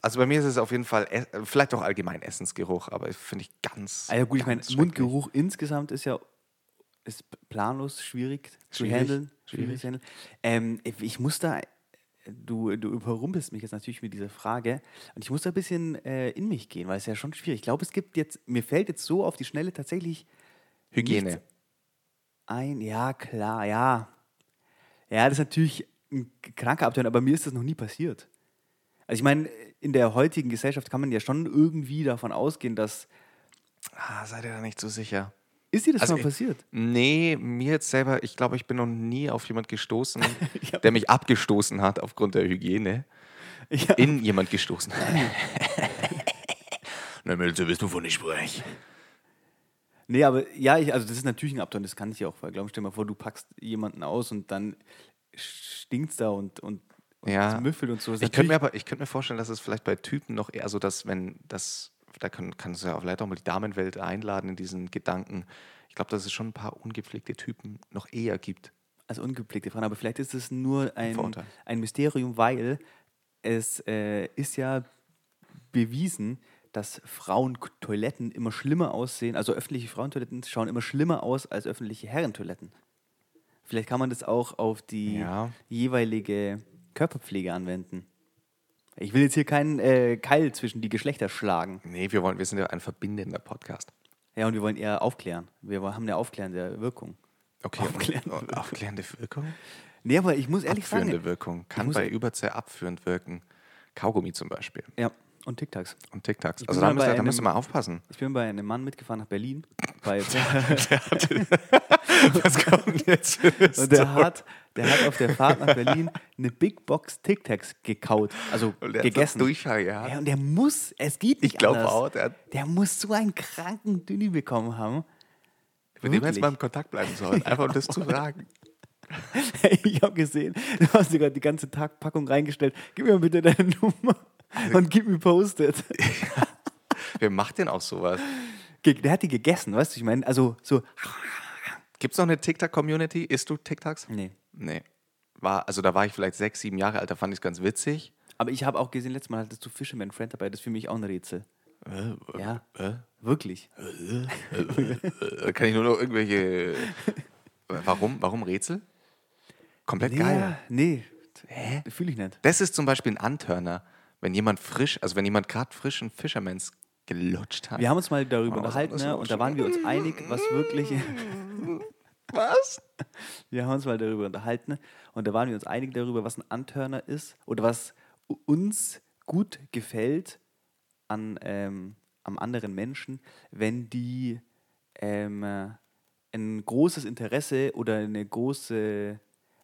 B: also bei mir ist es auf jeden Fall, e- vielleicht auch allgemein Essensgeruch, aber finde ich ganz.
A: Ah ja, gut, ich meine,
B: ganz schrecklich.
A: Mundgeruch insgesamt ist ja ist planlos, schwierig,
B: Schwierig,
A: zu handeln.
B: schwierig.
A: zu handeln. Ähm, ich- ich muss da, du, du überrumpelst mich jetzt natürlich mit dieser Frage und ich muss da ein bisschen äh, in mich gehen, weil es ja schon schwierig. Ich glaube, es gibt jetzt, mir fällt jetzt so auf die Schnelle tatsächlich
B: Hygiene.
A: nichts ein. Ja, klar, ja. Ja, das ist natürlich ein kranker Abtörner, aber mir ist das noch nie passiert. Also ich meine, in der heutigen Gesellschaft kann man ja schon irgendwie davon ausgehen, dass
B: Ah, seid ihr da nicht so sicher?
A: ist dir das
B: Also
A: schon mal
B: ich-
A: passiert?
B: Nee, mir jetzt selber, ich glaube, ich bin noch nie auf jemand gestoßen,
A: Ich hab-
B: der mich abgestoßen hat aufgrund der Hygiene.
A: Ja.
B: In jemand gestoßen hat. Na, Melze, bist du von ich spreche?
A: Nee, aber ja, ich, also das ist natürlich ein Abtörn, das kann ich ja auch voll glauben. Stell dir mal vor, du packst jemanden aus und dann stinkt's da und, und, und
B: Ja.
A: es müffelt und so. Das ist
B: Ich könnte mir
A: natürlich-
B: aber ich könnte mir vorstellen, dass es vielleicht bei Typen noch eher so, dass wenn das, da können, kannst du ja vielleicht auch mal die Damenwelt einladen in diesen Gedanken. Ich glaube, dass es schon ein paar ungepflegte Typen noch eher gibt.
A: also ungeblickte Frage, aber vielleicht ist es nur ein,
B: Vorurteil.
A: ein Mysterium, weil es äh, ist ja bewiesen, dass Frauentoiletten immer schlimmer aussehen, also öffentliche Frauentoiletten schauen immer schlimmer aus als öffentliche Herrentoiletten. Vielleicht kann man das auch auf die
B: Ja.
A: jeweilige Körperpflege anwenden. Ich will jetzt hier keinen äh, Keil zwischen die Geschlechter schlagen.
B: Nee, wir wollen, wir sind ja ein verbindender Podcast.
A: Ja, und wir wollen eher aufklären. Wir wo- haben eine aufklärende Wirkung.
B: Okay.
A: äh, Aufklärende
B: und- und Aufklärende Wirkung?
A: Nee, aber ich muss ehrlich
B: Abführende
A: sagen.
B: Wirkung. Kann
A: muss-
B: bei Überzell abführend wirken. Kaugummi zum Beispiel
A: Ja, und TikToks.
B: und TikToks.
A: Ich
B: Also
A: bin
B: da
A: mal
B: müsst,
A: bei
B: ihr, da müsst ihr
A: einem-
B: mal aufpassen.
A: Ich bin bei einem Mann mitgefahren nach Berlin. Bei,
B: Was kommt jetzt?
A: und der hat, der hat auf der Fahrt nach Berlin eine Big Box Tic Tacs gekaut. Also gegessen.
B: Durchfall, ja.
A: Ja, und der muss, es geht nicht
B: Ich glaube
A: anders.
B: auch, der
A: Der,
B: hat-
A: muss so einen kranken Dünni bekommen haben.
B: Mit dem wir jetzt
A: Wirklich.
B: mal im Kontakt bleiben sollen. Einfach um das zu fragen.
A: Ich habe gesehen, du hast sogar die ganze Tag Packung reingestellt. Gib mir bitte deine Nummer
B: Also
A: und gib mir Post-it.
B: Wer macht denn auch sowas?
A: Ge- Der hat die gegessen, weißt du, ich meine, also so,
B: Gibt es noch eine TikTok-Community? Isst du TikToks?
A: nee.
B: Nee. War, also da war ich vielleicht sechs, sieben Jahre alt, da fand ich es ganz witzig.
A: Aber ich habe auch gesehen, letztes Mal hattest du Fisherman Friend dabei, das ist für mich auch ein Rätsel. ja, wirklich.
B: Äh, Kann ich nur noch irgendwelche. Äh, Warum? Warum Rätsel? Komplett geil.
A: Ja, nee, hä? Fühle ich nicht.
B: Das ist zum Beispiel ein Antörner, wenn jemand frisch, also wenn jemand gerade frischen Fishermans gelutscht hat.
A: Wir haben uns mal darüber
B: Wow, was
A: unterhalten
B: ist das
A: ne?
B: denn
A: und da waren wir uns einig, was wirklich.
B: was?
A: Wir haben uns mal darüber unterhalten und da waren wir uns einig darüber, was ein Antörner ist oder was u- uns gut gefällt an, ähm, am anderen Menschen, wenn die ähm, äh, ein großes Interesse oder eine große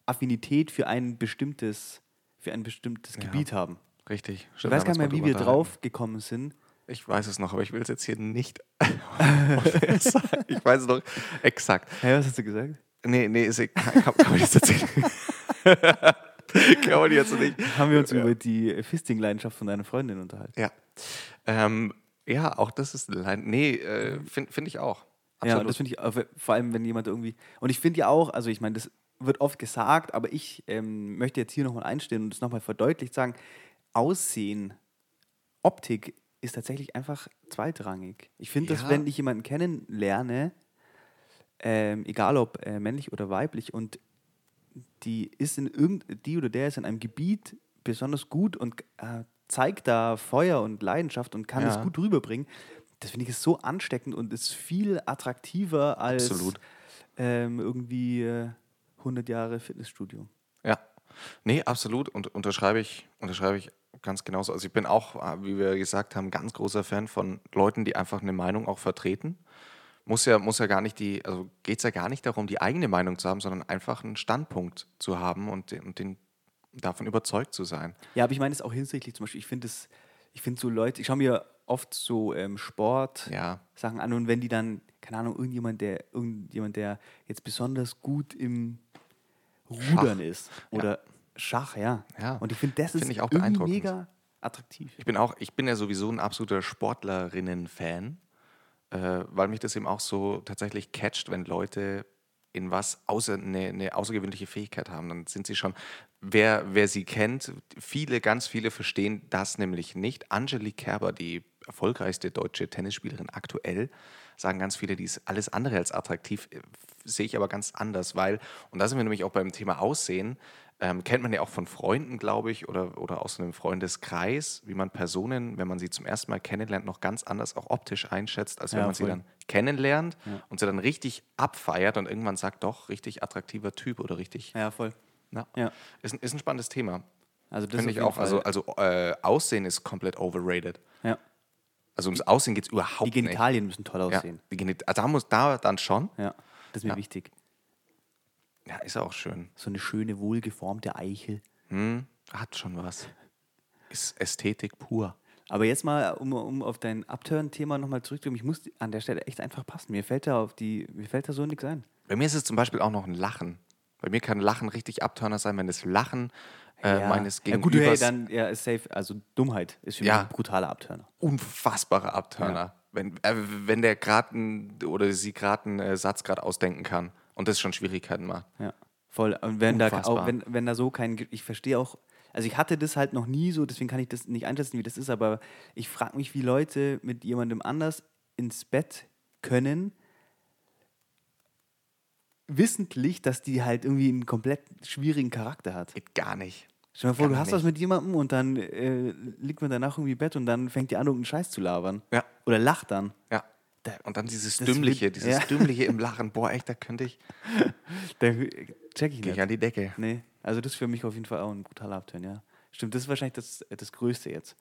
A: Affinität für ein bestimmtes, für ein bestimmtes
B: Ja.
A: Gebiet haben.
B: Richtig.
A: Ich
B: Stimmt,
A: weiß gar
B: haben
A: nicht mehr,
B: wir uns
A: wie
B: mal
A: wir
B: drüber
A: drauf gekommen sind.
B: Ich weiß es noch, aber ich will es jetzt hier nicht unfair sagen. Ich weiß es noch exakt.
A: Hä, was hast du gesagt?
B: Nee, nee, ist, egal. kann, kann man jetzt erzählen. kann man jetzt nicht.
A: Haben wir uns über die Fisting-Leidenschaft von deiner Freundin unterhalten?
B: Ja. Ähm, ja, auch das ist Leid. Nee, äh, finde find ich auch.
A: Ja, und das finde ich, äh, vor allem wenn jemand irgendwie, und ich finde ja auch, also ich meine, das wird oft gesagt, aber ich ähm, möchte jetzt hier nochmal einstehen und das nochmal verdeutlicht sagen, Aussehen, Optik ist tatsächlich einfach zweitrangig. Ich finde, dass
B: Ja.
A: wenn ich jemanden kennenlerne, ähm, egal ob äh, männlich oder weiblich, und die ist in irgend, die oder der ist in einem Gebiet besonders gut und äh, zeigt da Feuer und Leidenschaft und kann es
B: Ja.
A: gut rüberbringen. Das finde ich ist so ansteckend und ist viel attraktiver als
B: Absolut.
A: Ähm, irgendwie äh, 100 Jahre Fitnessstudio.
B: Ja, nee, absolut. Und unterschreibe ich, unterschreibe ich ganz genauso. Also ich bin auch, äh, wie wir gesagt haben, ganz großer Fan von Leuten, die einfach eine Meinung auch vertreten. Muss ja, muss ja gar nicht die, also geht es ja gar nicht darum, die eigene Meinung zu haben, sondern einfach einen Standpunkt zu haben und, den- und den davon überzeugt zu sein.
A: Ja, aber ich meine es auch hinsichtlich zum Beispiel, ich finde es, ich finde so Leute, ich schaue mir oft so ähm, Sport,
B: Ja.
A: Sachen an und wenn die dann, keine Ahnung, irgendjemand, der, irgendjemand, der jetzt besonders gut im Rudern ist oder Schach, ja.
B: Ja.
A: Und ich finde, das
B: Find
A: ist
B: ich auch
A: irgendwie
B: beeindruckend.
A: mega attraktiv.
B: Ich bin auch, ich bin ja sowieso ein absoluter Sportlerinnen-Fan, äh, weil mich das eben auch so tatsächlich catcht, wenn Leute in was außer eine, eine außergewöhnliche Fähigkeit haben, dann sind sie schon, wer, wer sie kennt, viele, ganz viele verstehen das nämlich nicht. Angelique Kerber, die erfolgreichste deutsche Tennisspielerin aktuell, sagen ganz viele, die ist alles andere als attraktiv, äh, sehe ich aber ganz anders, weil, und da sind wir nämlich auch beim Thema Aussehen, ähm, kennt man ja auch von Freunden, glaube ich, oder, oder aus einem Freundeskreis, wie man Personen, wenn man sie zum ersten Mal kennenlernt, noch ganz anders auch optisch einschätzt, Also als wenn
A: Ja,
B: man sie
A: voll.
B: dann kennenlernt und sie dann richtig abfeiert und irgendwann sagt, doch, richtig attraktiver Typ oder richtig.
A: Ja, voll.
B: Na,
A: Ja.
B: Ist, ein- ist ein spannendes Thema.
A: Also das
B: Finde
A: auf
B: ich
A: jeden
B: auch. Also,
A: Fall.
B: also äh, Aussehen ist komplett overrated.
A: ja.
B: Also ums Aussehen geht es überhaupt
A: Die Genitalien müssen toll
B: nicht. Ja,
A: aussehen.
B: die Genit ah, da muss da dann schon.
A: Ja. Das ist mir
B: Ja.
A: wichtig.
B: Ja, ist auch schön.
A: So eine schöne, wohlgeformte Eichel.
B: Hm, hat schon was. Ist Ästhetik pur.
A: Aber jetzt mal, um, um auf dein Upturn-Thema nochmal zurückzukommen, ich muss an der Stelle echt einfach passen. Mir fällt da auf die, mir fällt da so nichts ein.
B: Bei mir ist es zum Beispiel auch noch ein Lachen. Bei mir kann Lachen richtig Abtörner sein, wenn das Lachen äh, meines
A: ja, gut, hey,
B: Gegenübers
A: dann ja, ist safe. Also Dummheit ist für
B: Ja.
A: mich ein brutaler Abturner.
B: unfassbarer Abturner, wenn, äh, wenn der gerade oder sie gerade einen äh, Satz gerade ausdenken kann und das schon Schwierigkeiten macht.
A: Ja, voll. Und wenn da,
B: Unfassbar.
A: auch, wenn, wenn da so kein, Ge- ich verstehe auch, also ich hatte das halt noch nie so, deswegen kann ich das nicht einschätzen, wie das ist, aber ich frage mich, wie Leute mit jemandem anders ins Bett können, wissentlich, dass die halt irgendwie einen komplett schwierigen Charakter hat.
B: Geht gar nicht.
A: Stell dir mal vor,
B: Gar
A: du hast was mit jemandem und dann äh, liegt man danach irgendwie im Bett und dann fängt die an, irgendeinen Scheiß zu labern.
B: Ja.
A: Oder lacht dann.
B: Ja. Und dann dieses
A: Das
B: Dümmliche,
A: wird-
B: dieses
A: ja.
B: Dümmliche im Lachen. Boah, echt, da könnte ich.
A: Da check ich
B: Geh
A: nicht.
B: ich halt. an die Decke.
A: Nee, also das ist für mich auf jeden Fall auch ein brutaler Abturn, ja. Stimmt, das ist wahrscheinlich das, äh, das Größte jetzt.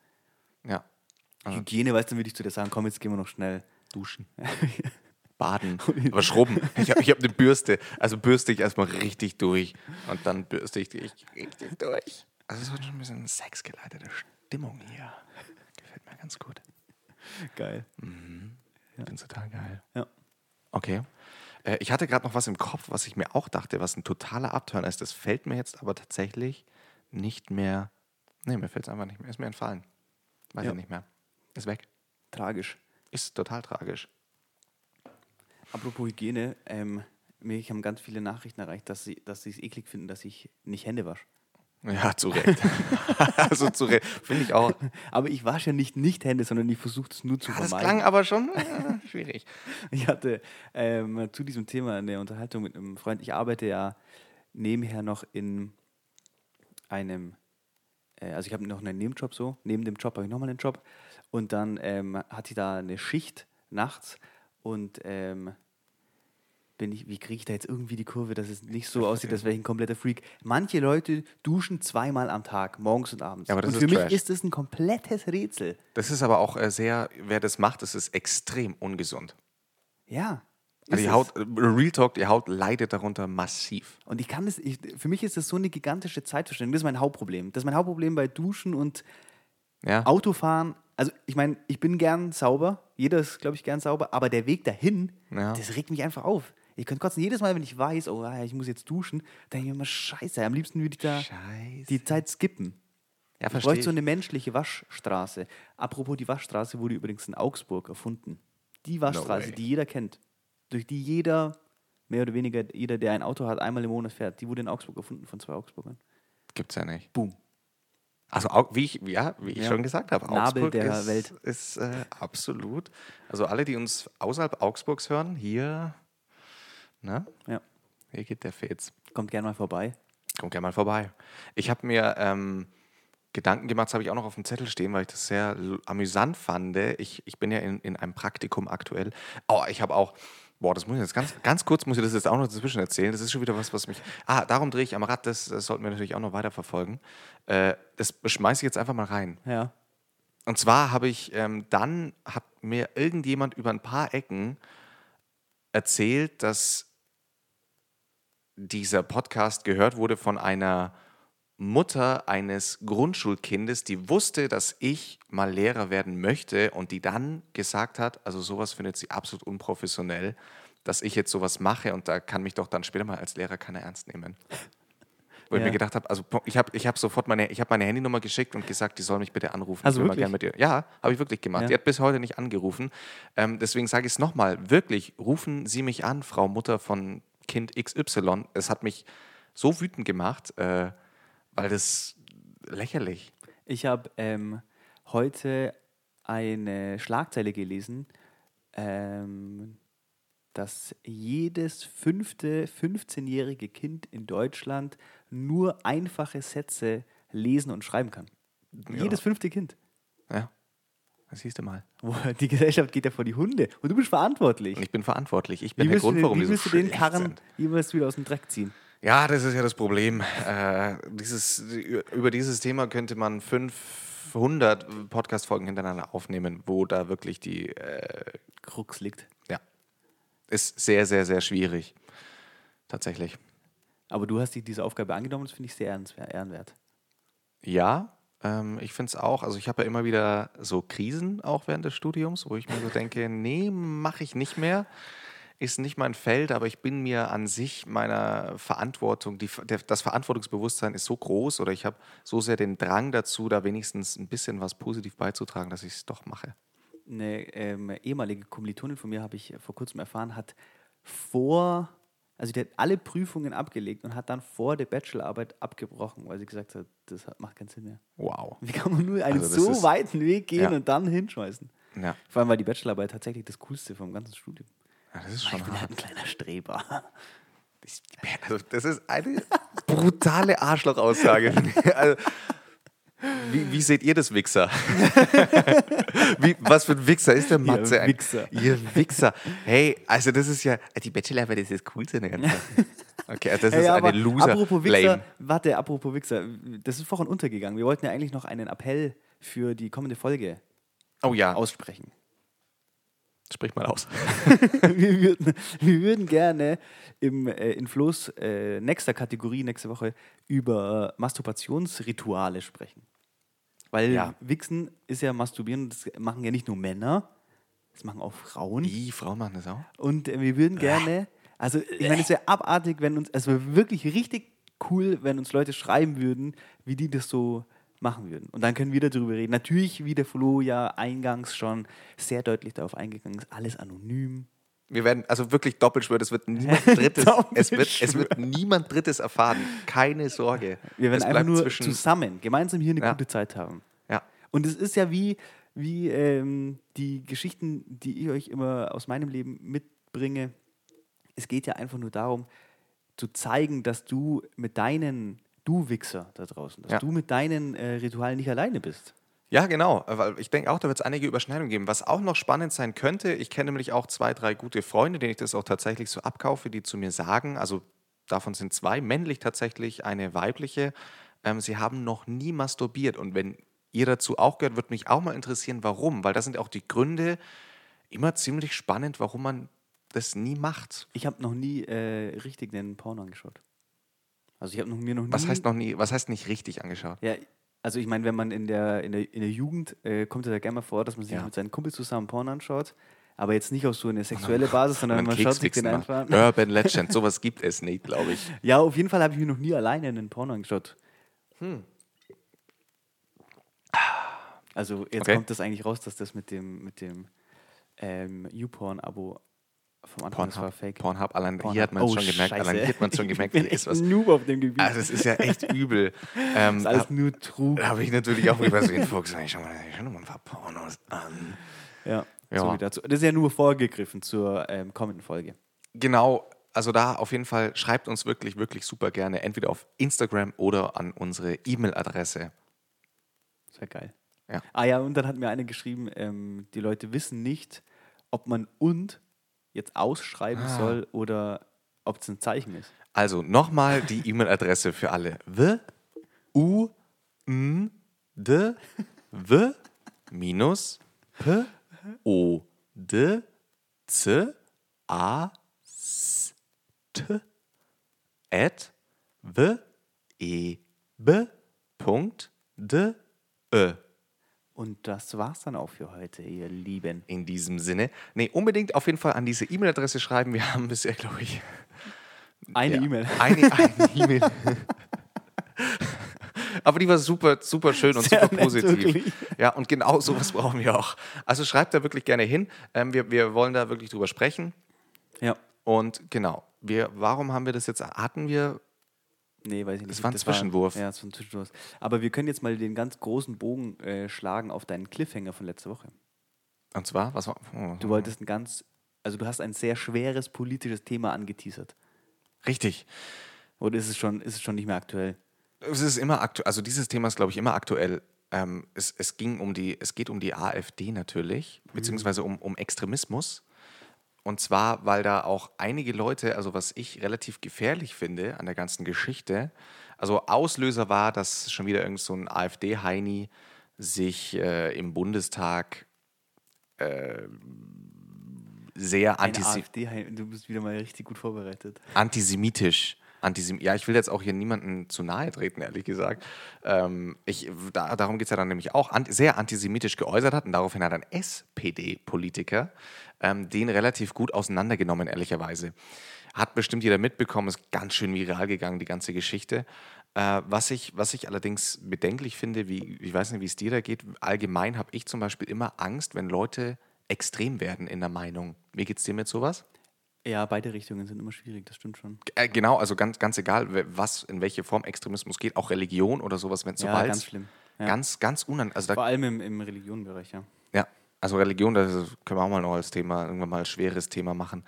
B: Ja.
A: Hygiene, weißt du, dann würde ich zu dir sagen, komm, jetzt gehen wir noch schnell.
B: Duschen. Baden. Aber schrubben. Ich habe ich hab eine Bürste. Also bürste ich erstmal richtig durch. Und dann bürste ich dich richtig durch. Also, es hat schon ein bisschen sexgeleitete Stimmung hier. Gefällt mir ganz gut.
A: Geil.
B: Ich Find's total geil.
A: Ja.
B: Okay. Äh, ich hatte gerade noch was im Kopf, was ich mir auch dachte, was ein totaler Abturner ist. Das fällt mir jetzt aber tatsächlich nicht mehr. Nee, mir fällt es einfach nicht mehr. Ist mir entfallen. Weiß
A: Ja.
B: ich nicht mehr. Ist weg.
A: Tragisch.
B: Ist total tragisch.
A: Apropos Hygiene, ähm, mich haben ganz viele Nachrichten erreicht, dass sie dass sie es eklig finden, dass ich nicht Hände wasche.
B: Ja, zu Recht. also zu Recht. Finde ich auch.
A: Aber ich wasche ja nicht nicht Hände, sondern ich versuche es nur zu
B: Ah, das
A: vermeiden.
B: klang aber schon äh, schwierig.
A: Ich hatte ähm, zu diesem Thema eine Unterhaltung mit einem Freund. Ich arbeite ja nebenher noch in einem, äh, also ich habe noch einen Nebenjob so. Neben dem Job habe ich nochmal einen Job. Und dann ähm, hatte ich da eine Schicht nachts und ähm, bin ich, wie kriege ich da jetzt irgendwie die Kurve, dass es nicht so aussieht, als wäre ich ein kompletter Freak. Manche Leute duschen zweimal am Tag, morgens und abends.
B: Ja, aber
A: und
B: das ist
A: für
B: Trash.
A: mich ist das ein komplettes Rätsel.
B: Das ist aber auch äh, sehr, wer das macht, das ist extrem ungesund.
A: Ja.
B: Also
A: ist
B: die
A: es.
B: Haut, äh, Real Talk, die Haut leidet darunter massiv.
A: Und ich kann das, ich, für mich ist das so eine gigantische Zeitverschwendung. Das ist mein Hauptproblem. Das ist mein Hauptproblem bei Duschen und
B: Ja?
A: Autofahren. Also ich meine, ich bin gern sauber. Jeder ist, glaube ich, gern sauber. Aber der Weg dahin,
B: Ja.
A: das regt mich einfach auf. Ich könnte kotzen. Jedes Mal, wenn ich weiß, oh, ah, ich muss jetzt duschen, denke ich mir immer, scheiße, am liebsten würde ich da
B: Scheiße.
A: die Zeit skippen.
B: ja,
A: Ich bräuchte
B: verstehe.
A: so eine menschliche Waschstraße. Apropos, die Waschstraße wurde übrigens in Augsburg erfunden. Die Waschstraße,
B: way.
A: die jeder kennt, durch die jeder, mehr oder weniger jeder, der ein Auto hat, einmal im Monat fährt, die wurde in Augsburg erfunden von zwei Augsburgern.
B: Gibt's ja nicht.
A: Boom.
B: Also auch, wie ich, ja, wie ich
A: Ja.
B: schon gesagt habe,
A: Nabel
B: Augsburg
A: der
B: ist,
A: Welt.
B: ist äh, absolut. Also alle, die uns außerhalb Augsburgs hören, hier, ne,
A: Ja.
B: hier geht der Fetz.
A: Kommt gerne mal vorbei.
B: Kommt gerne mal vorbei. Ich habe mir ähm, Gedanken gemacht, das habe ich auch noch auf dem Zettel stehen, weil ich das sehr l- amüsant fand. Ich, ich bin ja in, in einem Praktikum aktuell. Oh, ich habe auch. Boah, das muss ich jetzt ganz, ganz kurz, muss ich das jetzt auch noch dazwischen erzählen. Das ist schon wieder was, was mich. Ah, darum drehe ich am Rad, das, das sollten wir natürlich auch noch weiterverfolgen. Äh, das schmeiße ich jetzt einfach mal rein.
A: Ja.
B: Und zwar habe ich ähm, dann, hat mir irgendjemand über ein paar Ecken erzählt, dass dieser Podcast gehört wurde von einer Mutter eines Grundschulkindes, die wusste, dass ich mal Lehrer werden möchte und die dann gesagt hat, also sowas findet sie absolut unprofessionell, dass ich jetzt sowas mache und da kann mich doch dann später mal als Lehrer keiner ernst nehmen. Wo ich
A: Ja.
B: mir gedacht habe, also ich habe ich hab sofort meine, ich hab meine Handynummer geschickt und gesagt, die soll mich bitte anrufen.
A: Also
B: ich mal
A: wirklich?
B: gern mit ihr. Ja, habe ich wirklich gemacht.
A: Ja.
B: Die hat bis heute nicht angerufen. Ähm, deswegen sage ich es nochmal, wirklich, rufen Sie mich an, Frau Mutter von Kind XY. Es hat mich so wütend gemacht, äh, weil das lächerlich.
A: Ich habe ähm, heute eine Schlagzeile gelesen, ähm, dass jedes fünfte 15-jährige Kind in Deutschland nur einfache Sätze lesen und schreiben kann. Jedes fünfte Kind.
B: Ja. Das siehst du mal.
A: Boah, die Gesellschaft geht ja vor die Hunde und du bist verantwortlich.
B: Und ich bin verantwortlich. Ich bin
A: Wie
B: der
A: willst du
B: Grund,
A: den,
B: warum
A: wie
B: die so
A: willst du den
B: schlecht
A: Karren
B: sind.
A: jeweils wieder aus dem Dreck ziehen?
B: Ja, das ist ja das Problem. Äh, dieses, über dieses Thema könnte man 500 Podcast-Folgen hintereinander aufnehmen, wo da wirklich die äh,
A: Krux liegt.
B: Ja. Ist sehr, sehr, sehr schwierig. Tatsächlich.
A: Aber du hast dich diese Aufgabe angenommen, das finde ich sehr ehrens- ehrenwert.
B: Ja, ähm, ich finde es auch. Also ich habe ja immer wieder so Krisen auch während des Studiums, wo ich mir so denke, nee, mache ich nicht mehr. Ist nicht mein Feld, aber ich bin mir an sich meiner Verantwortung, die, der, das Verantwortungsbewusstsein ist so groß oder ich habe so sehr den Drang dazu, da wenigstens ein bisschen was positiv beizutragen, dass ich es doch mache.
A: eine ähm, ehemalige Kommilitonin von mir, habe ich äh, vor kurzem erfahren, hat vor, also die hat alle Prüfungen abgelegt und hat dann vor der Bachelorarbeit abgebrochen, weil sie gesagt hat, das hat, macht keinen Sinn mehr.
B: Wow.
A: Wie kann man nur einen
B: Also das
A: so
B: ist-
A: weiten Weg gehen
B: Ja.
A: und dann hinschmeißen?
B: Ja,
A: Vor allem war die Bachelorarbeit tatsächlich das Coolste vom ganzen Studium.
B: ja das ist schon
A: Ich bin halt ein kleiner Streber.
B: Ich- Also, das ist eine brutale Arschloch-Aussage. Also, wie, wie seht ihr das, Wichser? wie, was für ein Wichser ist der Matze? ein-
A: Wichser.
B: Ihr Wichser. Hey, also das ist ja, die Bachelorarbeit ist das Coolste in der ganzen Sache. Okay, also das
A: Hey,
B: ist
A: aber
B: eine loser
A: Apropos Wichser,
B: Lame.
A: warte, apropos Wichser, das ist vorhin untergegangen. Wir wollten ja eigentlich noch einen Appell für die kommende Folge
B: Oh ja,
A: aussprechen.
B: sprich mal aus.
A: Hm? wir, würden, wir würden gerne im, äh, in Flo's äh, nächster Kategorie nächste Woche über Masturbationsrituale sprechen. Weil
B: Ja.
A: Wichsen ist ja Masturbieren, das machen ja nicht nur Männer, das machen auch Frauen.
B: Die Frauen machen das auch.
A: Und äh, wir würden gerne, also ich meine, es wäre abartig, wenn uns, es wäre wirklich richtig cool, wenn uns Leute schreiben würden, wie die das so machen würden. Und dann können wir darüber reden. Natürlich, wie der Flo ja eingangs schon sehr deutlich darauf eingegangen ist, alles anonym.
B: Wir werden, also wirklich Doppelschwör, es wird niemand Drittes, es wird, es
A: Doppelschwör.
B: wird niemand Drittes erfahren. Keine Sorge.
A: Wir werden
B: es
A: einfach
B: bleibt
A: nur
B: zwischen,
A: zusammen, gemeinsam hier eine
B: Ja.
A: gute Zeit haben.
B: ja.
A: Und es ist ja wie, wie ähm, die Geschichten, die ich euch immer aus meinem Leben mitbringe. Es geht ja einfach nur darum, zu zeigen, dass du mit deinen, du Wichser da draußen, dass
B: Ja.
A: du mit deinen äh, Ritualen nicht alleine bist.
B: Ja, genau, weil ich denke auch, da wird es einige Überschneidungen geben. Was auch noch spannend sein könnte, ich kenne nämlich auch zwei, drei gute Freunde, denen ich das auch tatsächlich so abkaufe, die zu mir sagen, also davon sind zwei männlich tatsächlich, eine weibliche, ähm, sie haben noch nie masturbiert. Und wenn ihr dazu auch gehört, würde mich auch mal interessieren, warum, weil das sind auch die Gründe immer ziemlich spannend, warum man das nie macht.
A: Ich habe noch nie äh, richtig einen Porno angeschaut. Also ich habe noch, mir noch nie.
B: Was heißt noch nie, was heißt nicht richtig angeschaut?
A: Ja, also ich meine, wenn man in der, in der, in der Jugend, äh, kommt es ja gerne mal vor, dass man sich
B: Ja. Oh
A: mit seinen Kumpels zusammen Porn anschaut, aber jetzt nicht auf so eine sexuelle Basis, sondern
B: Beim
A: man schaut sich
B: Keksfixen
A: den einfach
B: mal.
A: an.
B: Urban Legend, sowas gibt es nicht, glaube ich.
A: Ja, auf jeden Fall habe ich mir noch nie alleine einen Porno angeschaut.
B: Hm.
A: Also jetzt
B: Okay.
A: kommt das eigentlich raus, dass das mit dem, mit dem ähm, YouPorn-Abo vom Anfang das war fake.
B: Pornhub, allein hier
A: Pornhub. Oh,
B: hat man es schon gemerkt, allein hier hat man es schon gemerkt,
A: ich
B: hier
A: bin echt
B: ist was.
A: ein Noob auf dem Gebiet.
B: Also das ist ja echt übel. Ähm,
A: das ist alles nur Trug.
B: da habe ich natürlich auch über so Info gesagt, ich schau mal, ich schau mal ein paar Pornos an.
A: Ja,
B: Ja.
A: So wie dazu. Das ist ja nur vorgegriffen zur ähm, kommenden Folge.
B: Genau, also da auf jeden Fall schreibt uns wirklich, wirklich super gerne, entweder auf Instagram oder an unsere E-Mail-Adresse.
A: Das wäre geil.
B: Ja.
A: Ah ja, und dann hat mir einer geschrieben, ähm, die Leute wissen nicht, ob man und jetzt ausschreiben
B: Ah.
A: soll oder ob es ein Zeichen ist.
B: Also nochmal die E-Mail-Adresse für alle. W U M D W minus P O D C A S T at w e b Punkt d e. ö.
A: Und das war's dann auch für heute, ihr Lieben.
B: In diesem Sinne. Nee, unbedingt auf jeden Fall an diese E-Mail-Adresse schreiben. Wir haben bisher, glaube ich,
A: Eine
B: ja.
A: E-Mail.
B: Eine, eine E-Mail. Aber die war super, super schön und
A: Sehr
B: super
A: nett,
B: positiv.
A: wirklich.
B: ja, und genau sowas brauchen wir auch. Also schreibt da wirklich gerne hin. Ähm, wir, wir wollen da wirklich drüber sprechen.
A: Ja.
B: Und genau, wir, warum haben wir das jetzt? Hatten wir.
A: Nee, weiß ich nicht.
B: Das war ein Zwischenwurf.
A: ja, das war ein Zwischenwurf. Aber wir können jetzt mal den ganz großen Bogen äh, schlagen auf deinen Cliffhanger von letzter Woche.
B: Und zwar, was war. Oh,
A: Du wolltest ein ganz, also du hast ein sehr schweres politisches Thema angeteasert.
B: richtig.
A: Oder ist es schon, ist es schon nicht mehr aktuell?
B: Es ist immer aktuell, also dieses Thema ist, glaube ich, immer aktuell. Ähm, es, es ging um die, es geht um die AfD natürlich, beziehungsweise um, um Extremismus. Und zwar, weil da auch einige Leute, also was ich relativ gefährlich finde an der ganzen Geschichte, also Auslöser war, dass schon wieder irgend so ein AfD-Heini sich äh, im Bundestag äh, sehr
A: Ein
B: antisemitisch
A: AfD, du bist wieder mal richtig gut vorbereitet.
B: antisemitisch. Antisem ja, ich will jetzt auch hier niemanden zu nahe treten, ehrlich gesagt. Ähm, ich, da, darum geht es ja dann nämlich auch, an, sehr antisemitisch geäußert hat und daraufhin hat ein SPD-Politiker ähm, den relativ gut auseinandergenommen, ehrlicherweise. Hat bestimmt jeder mitbekommen, ist ganz schön viral gegangen, die ganze Geschichte. Äh, was, ich, was ich allerdings bedenklich finde, wie, ich weiß nicht, wie es dir da geht, allgemein habe ich zum Beispiel immer Angst, wenn Leute extrem werden in der Meinung. Wie geht es dir mit sowas?
A: Ja, beide Richtungen sind immer schwierig, das stimmt schon.
B: Äh, genau, also ganz, ganz egal, we- was in welche Form Extremismus geht, auch Religion oder sowas, wenn sobald
A: ganz schlimm. Ja.
B: ganz, ganz unan, also
A: Vor
B: da,
A: allem im, im Religionenbereich, ja.
B: ja, also Religion, das ist- können wir auch mal noch als Thema irgendwann mal als schweres Thema machen.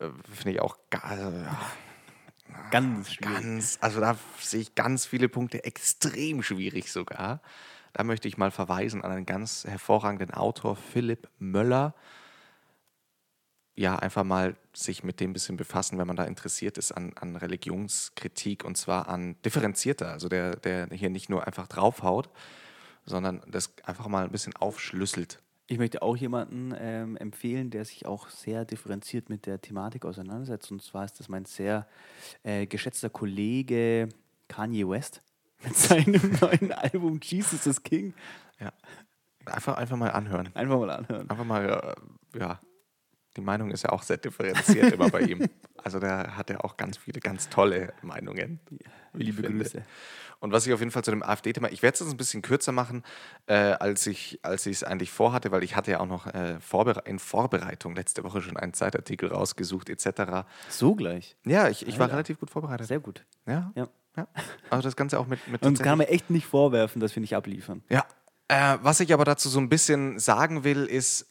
B: Äh, Finde ich auch ga- ja,
A: Ah, Ganz schwierig.
B: ganz, also da sehe ich ganz viele Punkte extrem schwierig sogar. Da möchte ich mal verweisen an einen ganz hervorragenden Autor, Philipp Möller. ja, einfach mal sich mit dem ein bisschen befassen, wenn man da interessiert ist an, an Religionskritik und zwar an differenzierter, also der, der hier nicht nur einfach draufhaut, sondern das einfach mal ein bisschen aufschlüsselt.
A: Ich möchte auch jemanden ähm, empfehlen, der sich auch sehr differenziert mit der Thematik auseinandersetzt. Und zwar ist das mein sehr äh, geschätzter Kollege Kanye West mit seinem neuen Album Jesus is King.
B: Ja. Einfach, einfach mal anhören.
A: Einfach mal anhören.
B: Einfach mal, äh, ja. Die Meinung ist ja auch sehr differenziert immer bei ihm. Also da hat er auch ganz viele ganz tolle Meinungen. wie ich
A: Liebe
B: finde.
A: Grüße.
B: Und was ich auf jeden Fall zu dem AfD-Thema, ich werde es jetzt ein bisschen kürzer machen, äh, als ich als ich es eigentlich vorhatte, weil ich hatte ja auch noch äh, vorbere in Vorbereitung letzte Woche schon einen Zeitartikel rausgesucht etc.
A: So gleich.
B: Ja, ich, ich war relativ gut vorbereitet.
A: Sehr gut.
B: Ja,
A: Ja.
B: ja. Also das Ganze auch mit,
A: Und
B: mit
A: kann
B: tatsächlich-
A: man echt nicht vorwerfen, dass wir nicht abliefern.
B: ja, äh, was ich aber dazu so ein bisschen sagen will, ist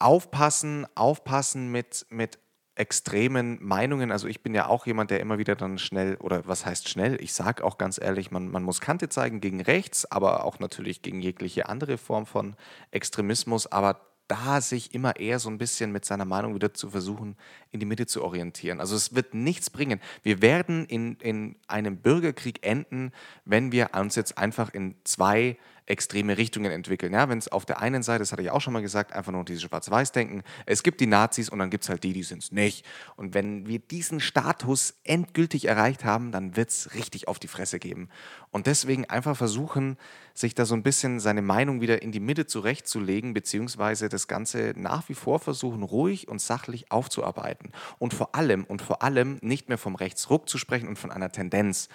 B: aufpassen, aufpassen mit, mit extremen Meinungen. Also ich bin ja auch jemand, der immer wieder dann schnell, oder was heißt schnell? Ich sage auch ganz ehrlich, man, man muss Kante zeigen gegen rechts, aber auch natürlich gegen jegliche andere Form von Extremismus. Aber da sich immer eher so ein bisschen mit seiner Meinung wieder zu versuchen, in die Mitte zu orientieren. Also es wird nichts bringen. Wir werden in, in einem Bürgerkrieg enden, wenn wir uns jetzt einfach in zwei extreme Richtungen entwickeln. Ja, wenn es auf der einen Seite, das hatte ich auch schon mal gesagt, einfach nur dieses Schwarz-Weiß-Denken, es gibt die Nazis und dann gibt es halt die, die sind es nicht. Und wenn wir diesen Status endgültig erreicht haben, dann wird es richtig auf die Fresse geben. Und deswegen einfach versuchen, sich da so ein bisschen seine Meinung wieder in die Mitte zurechtzulegen, beziehungsweise das Ganze nach wie vor versuchen, ruhig und sachlich aufzuarbeiten. Und vor allem, und vor allem nicht mehr vom Rechtsruck zu sprechen und von einer Tendenz.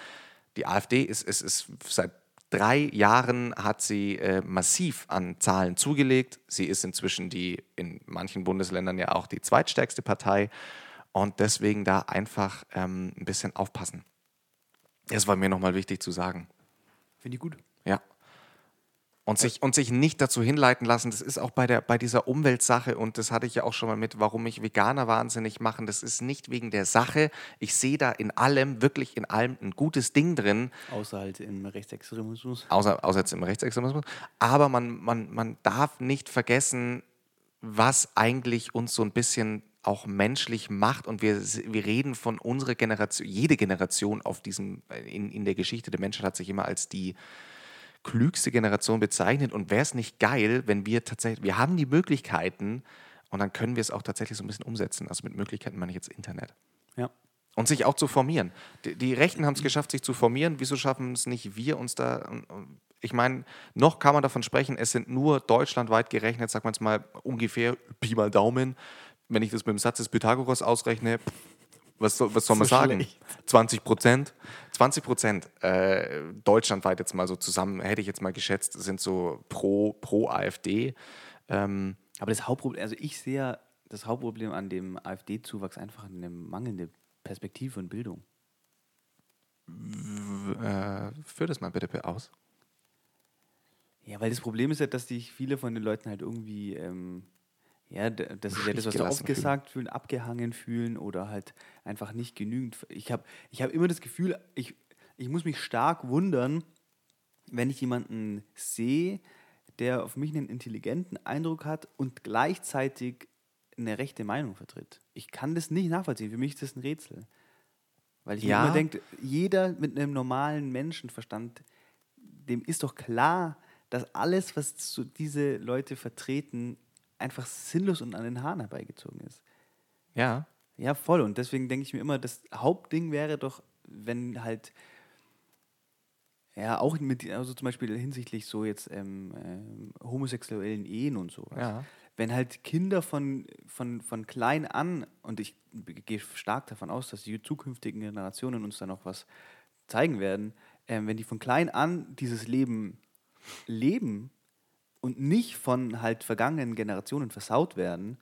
B: Die AfD ist, ist, ist seit drei Jahren hat sie äh, massiv an Zahlen zugelegt. Sie ist inzwischen die in manchen Bundesländern ja auch die zweitstärkste Partei und deswegen da einfach ähm, ein bisschen aufpassen. Das war mir nochmal wichtig zu sagen.
A: Finde ich gut.
B: Ja. Und sich, und sich nicht dazu hinleiten lassen, das ist auch bei, der, bei dieser Umweltsache und das hatte ich ja auch schon mal mit, warum mich Veganer wahnsinnig machen, das ist nicht wegen der Sache. Ich sehe da in allem, wirklich in allem ein gutes Ding drin,
A: Außer halt im Rechtsextremismus.
B: außer, außer jetzt im Rechtsextremismus. Aber man, man, man darf nicht vergessen, was eigentlich uns so ein bisschen auch menschlich macht. Und wir, s- wir reden von unserer Generation, jede Generation auf diesem, in, in der Geschichte der Menschheit hat sich immer als die klügste Generation bezeichnet. Und wäre es nicht geil, wenn wir tatsächlich, wir haben die Möglichkeiten und dann können wir es auch tatsächlich so ein bisschen umsetzen. Also mit Möglichkeiten meine ich jetzt Internet.
A: Ja.
B: Und sich auch zu formieren. Die, die Rechten
A: Mhm.
B: haben es geschafft, sich zu formieren. Wieso schaffen es nicht wir uns da? ähm, Ich meine, noch kann man davon sprechen, es sind nur deutschlandweit gerechnet, sagen wir es mal ungefähr Pi mal Daumen. Wenn ich das mit dem Satz des Pythagoras ausrechne, pff, was soll, was soll man
A: So
B: sagen?
A: schlecht.
B: 20 Prozent? 20 Prozent äh, deutschlandweit jetzt mal so zusammen, hätte ich jetzt mal geschätzt, sind so pro, pro AfD. Ähm,
A: Aber das Hauptproblem, also ich sehe ja das Hauptproblem an dem AfD-Zuwachs einfach eine mangelnde Perspektive und Bildung.
B: äh, führ das mal bitte aus.
A: Ja, weil das Problem ist ja, dass sich viele von den Leuten halt irgendwie, ähm, ja, d- das ist ja das, was du
B: Gelassen
A: oft
B: fühlen.
A: gesagt fühlen, abgehangen fühlen oder halt einfach nicht genügend. Ich habe ich hab immer das Gefühl, ich, ich muss mich stark wundern, wenn ich jemanden sehe, der auf mich einen intelligenten Eindruck hat und gleichzeitig eine rechte Meinung vertritt. Ich kann das nicht nachvollziehen. Für mich ist das ein Rätsel. Weil ich
B: Ja.
A: mir immer denke, jeder mit einem normalen Menschenverstand, dem ist doch klar, dass alles, was so diese Leute vertreten, einfach sinnlos und an den Haaren herbeigezogen ist.
B: Ja.
A: Ja, voll. Und deswegen denke ich mir immer, das Hauptding wäre doch, wenn halt, ja, auch mit, also zum Beispiel hinsichtlich so jetzt ähm, ähm, homosexuellen Ehen und sowas.
B: Ja.
A: Wenn halt Kinder von, von, von klein an, und ich gehe stark davon aus, dass die zukünftigen Generationen uns da noch was zeigen werden, ähm, wenn die von klein an dieses Leben leben und nicht von halt vergangenen Generationen versaut werden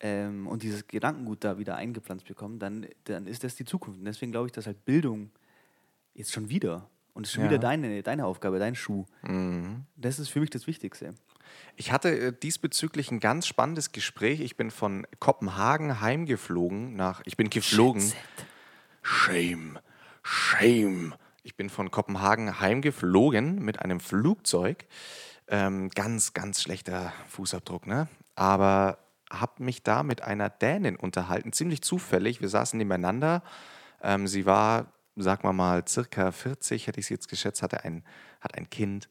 A: ähm, und dieses Gedankengut da wieder eingepflanzt bekommen, dann, dann ist das die Zukunft. Und deswegen glaube ich, dass halt Bildung jetzt schon wieder, und es ist schon
B: Ja. Mhm.
A: wieder deine, deine Aufgabe, dein Schuh, das ist für mich das Wichtigste.
B: Ich hatte äh, diesbezüglich ein ganz spannendes Gespräch. Ich bin von Kopenhagen heimgeflogen nach. Ich bin geflogen. Shame. Shame. Ich bin von Kopenhagen heimgeflogen mit einem Flugzeug. Ähm, ganz, ganz schlechter Fußabdruck, ne? Aber habe mich da mit einer Dänin unterhalten, ziemlich zufällig. Wir saßen nebeneinander. Ähm, sie war, sag mal mal, circa 40, hätte ich sie jetzt geschätzt, hatte ein, hat ein Kind,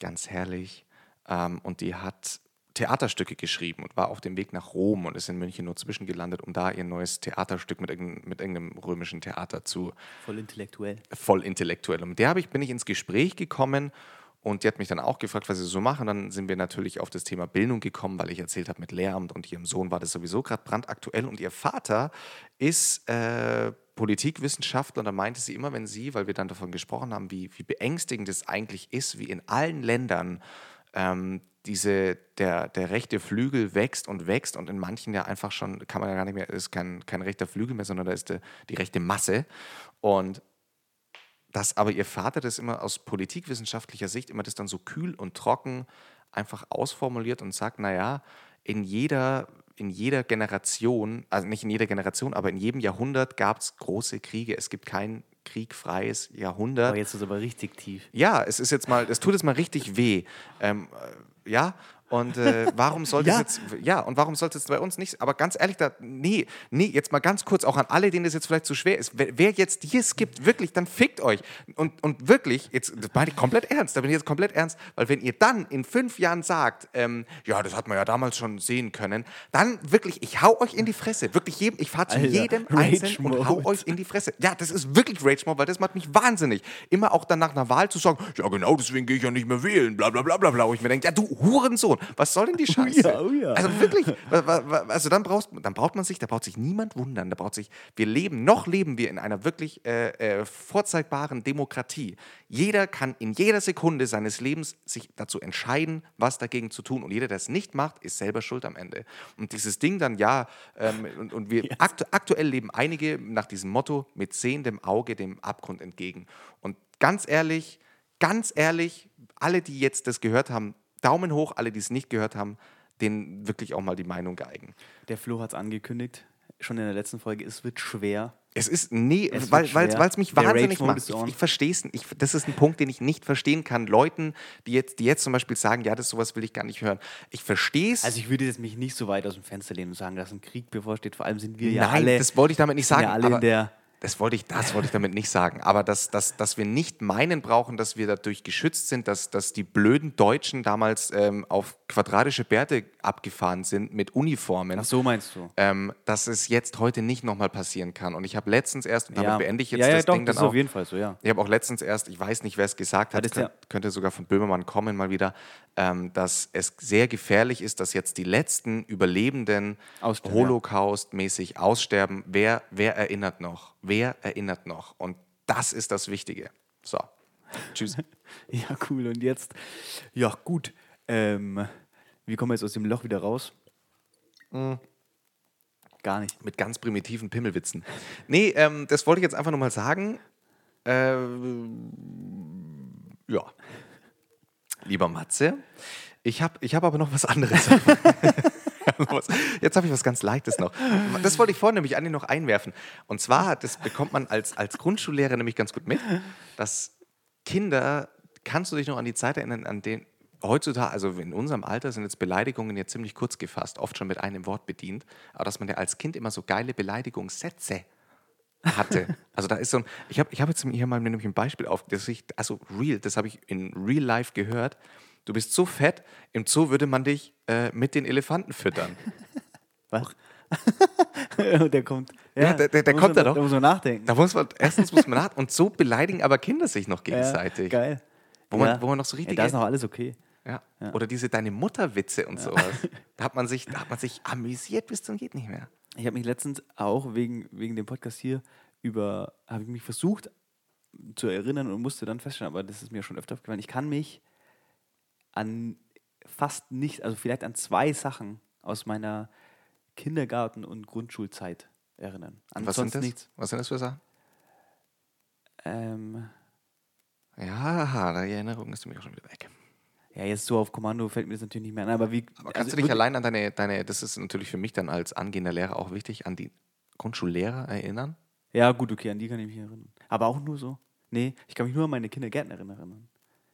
B: ganz herrlich. Ähm, und die hat Theaterstücke geschrieben und war auf dem Weg nach Rom und ist in München nur zwischengelandet, um da ihr neues Theaterstück mit, irgendein, mit irgendeinem römischen Theater zu,
A: Voll intellektuell.
B: voll intellektuell. Und mit der habe ich, bin ich ins Gespräch gekommen und die hat mich dann auch gefragt, was sie so machen. Dann sind wir natürlich auf das Thema Bildung gekommen, weil ich erzählt habe mit Lehramt und ihrem Sohn war das sowieso gerade brandaktuell. Und ihr Vater ist äh, Politikwissenschaftler und da meinte sie immer, wenn sie, weil wir dann davon gesprochen haben, wie, wie beängstigend es eigentlich ist, wie in allen Ländern ähm, diese, der, der rechte Flügel wächst und wächst und in manchen ja einfach schon, kann man ja gar nicht mehr, ist kein, kein rechter Flügel mehr, sondern da ist die, die rechte Masse. Und dass aber ihr Vater das immer aus politikwissenschaftlicher Sicht immer das dann so kühl und trocken einfach ausformuliert und sagt, naja, in jeder, in in jeder Generation, also nicht in jeder Generation, aber in jedem Jahrhundert gab es große Kriege. Es gibt kein kriegfreies Jahrhundert.
A: Aber jetzt ist es aber richtig tief.
B: Ja, es ist jetzt mal, es tut jetzt mal richtig weh. Ähm, äh, ja, und äh, warum sollte
A: Ja.
B: es jetzt, ja, und warum sollte es bei uns nicht, aber ganz ehrlich, da, nee, nee, jetzt mal ganz kurz, auch an alle, denen das jetzt vielleicht zu schwer ist, wer, wer jetzt hier skippt, wirklich, dann fickt euch. Und, und wirklich, jetzt, das meine ich komplett ernst, da bin ich jetzt komplett ernst, weil wenn ihr dann in fünf Jahren sagt, ähm, ja, das hat man ja damals schon sehen können, dann wirklich, ich hau euch in die Fresse, wirklich jedem, ich fahre zu
A: Alter,
B: jedem
A: Rage
B: Einzelnen und hau
A: Mode.
B: euch in die Fresse. Ja, das ist wirklich Rage Mob, weil das macht mich wahnsinnig. Immer auch dann nach einer Wahl zu sagen, ja genau, deswegen gehe ich ja nicht mehr wählen, bla bla bla bla bla. Wo ich mir denke, ja du Hurensohn, was soll denn die Scheiße?
A: ja, oh ja.
B: Also wirklich, wa- wa- wa- also dann, brauchst, dann braucht man sich, da braucht sich niemand wundern, da braucht sich, wir leben, noch leben wir in einer wirklich äh, äh, vorzeigbaren Demokratie. Jeder kann in jeder Sekunde seines Lebens sich dazu entscheiden, was dagegen zu tun. Und jeder, der es nicht macht, ist selber schuld am Ende. Und dieses Ding dann, ja, ähm, und, und wir aktu aktuell leben einige nach diesem Motto, mit sehendem Auge dem Abgrund entgegen. Und ganz ehrlich, ganz ehrlich, alle, die jetzt das gehört haben, Daumen hoch, alle, die es nicht gehört haben, denen wirklich auch mal die Meinung geigen.
A: Der Flo hat es angekündigt, schon in der letzten Folge, es wird schwer.
B: Es ist, nee,
A: Es wird
B: weil
A: schwer.
B: weil es mich
A: Der
B: wahnsinnig
A: Rage-Mode
B: macht.
A: ist
B: Ich,
A: on.
B: ich verstehe es nicht. Ich- Das ist ein Punkt, den ich nicht verstehen kann. Leuten, die jetzt, die jetzt zum Beispiel sagen, ja, das sowas will ich gar nicht hören. Ich verstehe es.
A: Also ich würde jetzt mich nicht so weit aus dem Fenster lehnen und sagen, dass ein Krieg bevorsteht. Vor allem sind wir ja
B: Nein,
A: alle,
B: das wollte ich damit nicht
A: sind
B: sagen.
A: ja alle
B: aber
A: in der
B: das wollte ich, das wollte ich damit nicht sagen. Aber dass, dass, dass wir nicht meinen brauchen, dass wir dadurch geschützt sind, dass, dass die blöden Deutschen damals ähm, auf quadratische Bärte abgefahren sind mit Uniformen.
A: Ach so meinst du?
B: ähm, dass es jetzt heute nicht nochmal passieren kann. Und ich habe letztens erst, und damit beende ich jetzt
A: ja, ja,
B: das
A: doch,
B: Ding
A: das
B: dann
A: ist
B: auch.
A: auf jeden Fall so, ja.
B: Ich habe auch letztens erst, ich weiß nicht, wer es gesagt hat,
A: das ist
B: könnt,
A: ja-
B: könnte sogar von Böhmermann kommen mal wieder, ähm, dass es sehr gefährlich ist, dass jetzt die letzten Überlebenden
A: Aussterben, ja.
B: Holocaust-mäßig aussterben. Wer, wer erinnert noch? Wer erinnert noch? Und das ist das Wichtige. So. Tschüss.
A: Ja, cool. Und jetzt, ja gut, ähm, wie kommen wir jetzt aus dem Loch wieder raus?
B: Mhm.
A: Gar nicht.
B: Mit ganz primitiven Pimmelwitzen. Nee, ähm, das wollte ich jetzt einfach nur mal sagen. Äh, ja. Lieber Matze, ich habe ich hab aber noch was anderes. Jetzt habe ich was ganz Leichtes noch. Das wollte ich vorhin nämlich eigentlich noch einwerfen. Und zwar, das bekommt man als, als Grundschullehrer nämlich ganz gut mit, dass Kinder, kannst du dich noch an die Zeit erinnern, an den heutzutage, also in unserem Alter sind jetzt Beleidigungen ja ziemlich kurz gefasst, oft schon mit einem Wort bedient, aber dass man ja als Kind immer so geile Beleidigungssätze hatte. Also da ist so ein, ich habe ich hab jetzt hier mal nämlich ein Beispiel auf, das ich, also real, das habe ich in real life gehört. Du bist so fett, im Zoo würde man dich äh, mit den Elefanten füttern.
A: Was? der kommt.
B: Ja, der- der- der
A: muss
B: kommt
A: man,
B: da doch.
A: Da muss man nachdenken.
B: Da muss man, erstens muss man nach, und so beleidigen aber Kinder sich noch gegenseitig.
A: Ja, geil.
B: Wo man- wo man noch so
A: Ja,
B: richtig-
A: Da ist noch alles okay.
B: Ja. Oder diese deine Mutterwitze und sowas. Da hat man sich, da hat man sich amüsiert bis zum geht nicht mehr.
A: Ich habe mich letztens auch wegen, wegen dem Podcast hier über, habe ich mich versucht zu erinnern und musste dann feststellen, aber das ist mir schon öfter aufgefallen. Ich kann mich an fast nicht, also vielleicht an zwei Sachen aus meiner Kindergarten- und Grundschulzeit erinnern. An
B: Was
A: sonst
B: sind das?
A: nichts.
B: Was sind das für Sachen?
A: Ähm,
B: Ja, die Erinnerung ist mir auch schon wieder weg.
A: ja, jetzt so auf Kommando fällt mir das natürlich nicht mehr an, aber wie. also
B: Aber kannst du dich allein an deine, deine, das ist natürlich für mich dann als angehender Lehrer auch wichtig, an die Grundschullehrer erinnern?
A: Ja, gut, okay, an die kann ich mich erinnern. Aber auch nur so. Nee, ich kann mich nur an meine Kindergärtnerin erinnern.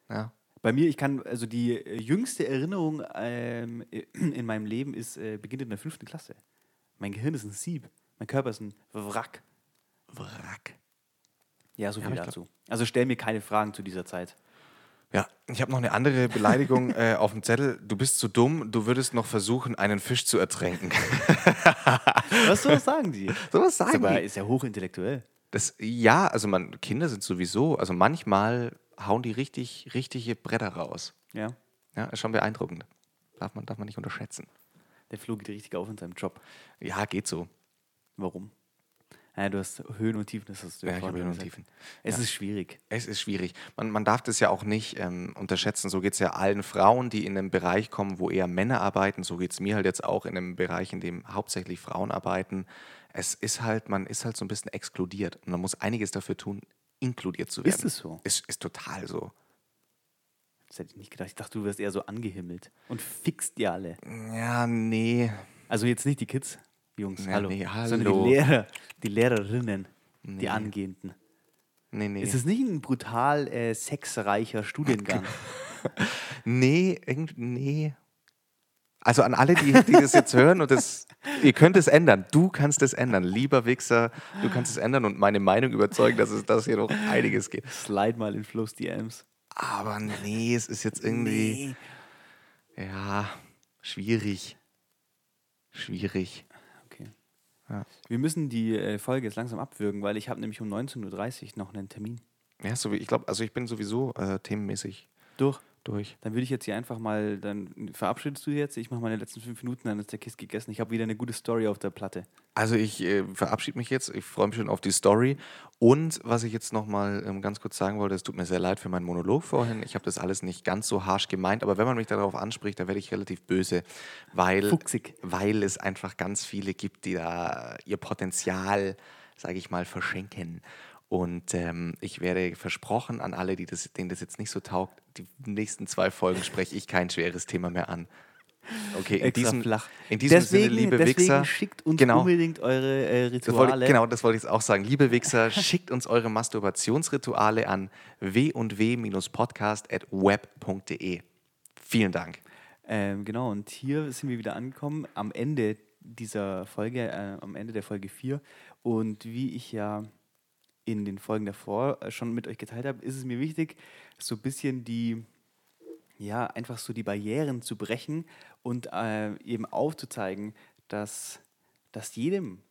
B: Ja.
A: Bei mir, ich kann, also die äh, jüngste Erinnerung ähm, äh, in meinem Leben ist, äh, beginnt in der fünften Klasse. Mein Gehirn ist ein Sieb. Mein Körper ist ein Wrack.
B: Wrack.
A: Ja, so viel
B: aber ich
A: dazu. Also stell mir keine Fragen zu dieser Zeit.
B: Ja, ich habe noch eine andere Beleidigung äh, auf dem Zettel. Du bist zu dumm, du würdest noch versuchen, einen Fisch zu ertränken.
A: Was sowas sagen die?
B: Sowas
A: Ist
B: sagen
A: aber
B: die.
A: ist ja hochintellektuell.
B: Das, ja, also man, Kinder sind sowieso, also manchmal hauen die richtig, richtige Bretter raus.
A: Ja.
B: Ja, ist schon beeindruckend. Darf man, darf man nicht unterschätzen.
A: Der Flo geht richtig auf in seinem Job.
B: Ja, geht so.
A: Warum? Naja, du hast Höhen und Tiefen, das hast du
B: Ja, ich
A: vorhin
B: habe Höhen und
A: gesagt.
B: Tiefen.
A: Es ist schwierig.
B: Es ist schwierig. Man, man darf das ja auch nicht ähm, unterschätzen. So geht es ja allen Frauen, die in einen Bereich kommen, wo eher Männer arbeiten. So geht es mir halt jetzt auch in einem Bereich, in dem hauptsächlich Frauen arbeiten. Es ist halt, man ist halt so ein bisschen exkludiert. Und man muss einiges dafür tun, inkludiert zu werden.
A: Ist es so?
B: Ist, ist total so.
A: Das hätte ich nicht gedacht. Ich dachte, du wirst eher so angehimmelt und fixt die alle.
B: Ja, nee.
A: Also jetzt nicht die Kids, Jungs,
B: Ja,
A: hallo,
B: nee,
A: sondern
B: hallo.
A: die Lehrer, die Lehrerinnen, die
B: Nee.
A: Angehenden.
B: Nee, nee.
A: Ist es nicht ein brutal äh, sexreicher Studiengang?
B: Genau. Nee, irgend, nee. Also an alle, die, die das jetzt hören und das, ihr könnt es ändern. Du kannst es ändern. Lieber Wichser, du kannst es ändern und meine Meinung überzeugen, dass es dass hier noch einiges geht.
A: Slide mal in Flo's DMs.
B: Aber nee, es ist jetzt irgendwie,
A: Nee.
B: ja, schwierig. Schwierig.
A: Okay.
B: Ja.
A: Wir müssen die äh, Folge jetzt langsam abwürgen, weil ich habe nämlich um 19.30 Uhr noch einen Termin.
B: Ja, so wie, ich glaube, also ich bin sowieso äh, themenmäßig
A: Durch.
B: durch.
A: Dann würde ich jetzt hier einfach mal, dann verabschiedest du jetzt, ich mache meine letzten fünf Minuten, dann ist der Kiss gegessen. Ich habe wieder eine gute Story auf der Platte.
B: Also ich äh, verabschiede mich jetzt. Ich freue mich schon auf die Story. Und was ich jetzt nochmal ähm, ganz kurz sagen wollte, es tut mir sehr leid für meinen Monolog vorhin. Ich habe das alles nicht ganz so harsch gemeint, aber wenn man mich darauf anspricht, dann werde ich relativ böse, weil,
A: Fuchsig.
B: weil es einfach ganz viele gibt, die da ihr Potenzial, sage ich mal, verschenken. Und ähm, ich werde versprochen an alle, die das, denen das jetzt nicht so taugt, die nächsten zwei Folgen spreche ich kein schweres Thema mehr an. Okay, in
A: Extra
B: diesem,
A: flach.
B: in diesem
A: deswegen,
B: Sinne, liebe
A: deswegen
B: Wichser,
A: schickt uns
B: genau,
A: unbedingt eure äh,
B: das
A: Rituale.
B: wollte, genau, das wollte ich jetzt auch sagen. Liebe Wichser, schickt uns eure Masturbationsrituale an w&w-podcast.web.de. Vielen Dank.
A: Ähm, genau, und hier sind wir wieder angekommen am Ende dieser Folge, äh, am Ende der Folge 4. Und wie ich ja in den Folgen davor äh, schon mit euch geteilt habe, ist es mir wichtig, so ein bisschen die, ja, einfach so die Barrieren zu brechen und äh, eben aufzuzeigen, dass, dass jedem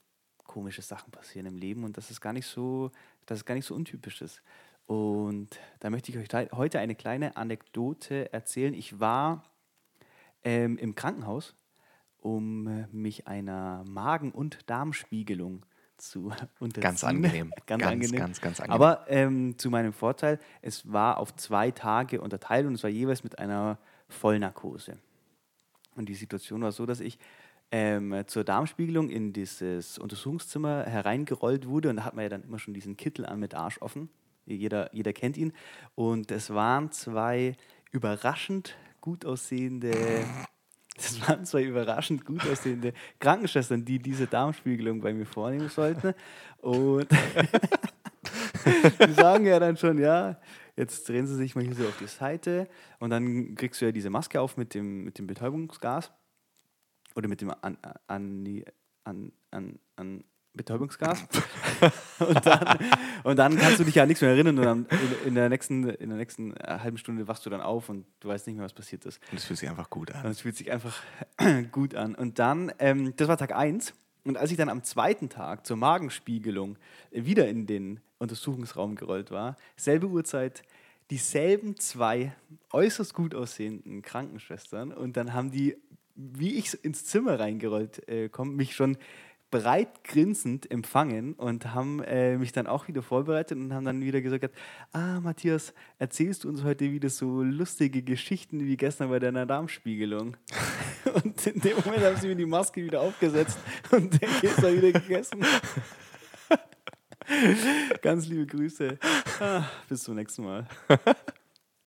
A: komische Sachen passieren im Leben und dass es gar nicht so, dass es gar nicht so untypisch ist. Und da möchte ich euch tei- heute eine kleine Anekdote erzählen. Ich war ähm, im Krankenhaus, um äh, mich einer Magen- und Darmspiegelung zu unterziehen.
B: Ganz angenehm.
A: ganz,
B: Ganz,
A: angenehm.
B: ganz, ganz angenehm.
A: Aber ähm, zu meinem Vorteil, es war auf zwei Tage unterteilt und es war jeweils mit einer Vollnarkose. Und die Situation war so, dass ich ähm, zur Darmspiegelung in dieses Untersuchungszimmer hereingerollt wurde und da hat man ja dann immer schon diesen Kittel an mit Arsch offen. Jeder, jeder kennt ihn. Und es waren zwei überraschend gut aussehende, das waren zwei überraschend gut aussehende Krankenschwestern, die diese Darmspiegelung bei mir vornehmen sollten. Und die sagen ja dann schon, ja, jetzt drehen sie sich mal hier so auf die Seite und dann kriegst du ja diese Maske auf mit dem, mit dem Betäubungsgas oder mit dem an, an, an, an, an Betäubungsgas. und, dann, und dann kannst du dich ja an nichts mehr erinnern und dann in, in, der nächsten, in der nächsten halben Stunde wachst du dann auf und du weißt nicht mehr, was passiert ist.
B: Und es fühlt sich einfach gut an.
A: Und es fühlt sich einfach gut an. Und dann, ähm, das war Tag 1. Und als ich dann am zweiten Tag zur Magenspiegelung wieder in den Untersuchungsraum gerollt war, selbe Uhrzeit, dieselben zwei äußerst gut aussehenden Krankenschwestern. Und dann haben die, wie ich ins Zimmer reingerollt äh, komme, mich schon breit grinsend empfangen und haben äh, mich dann auch wieder vorbereitet und haben dann wieder gesagt, ah Matthias, erzählst du uns heute wieder so lustige Geschichten wie gestern bei deiner Darmspiegelung? Und in dem Moment haben sie mir die Maske wieder aufgesetzt und der Käse war wieder gegessen. Ganz liebe Grüße. Ah, bis zum nächsten Mal.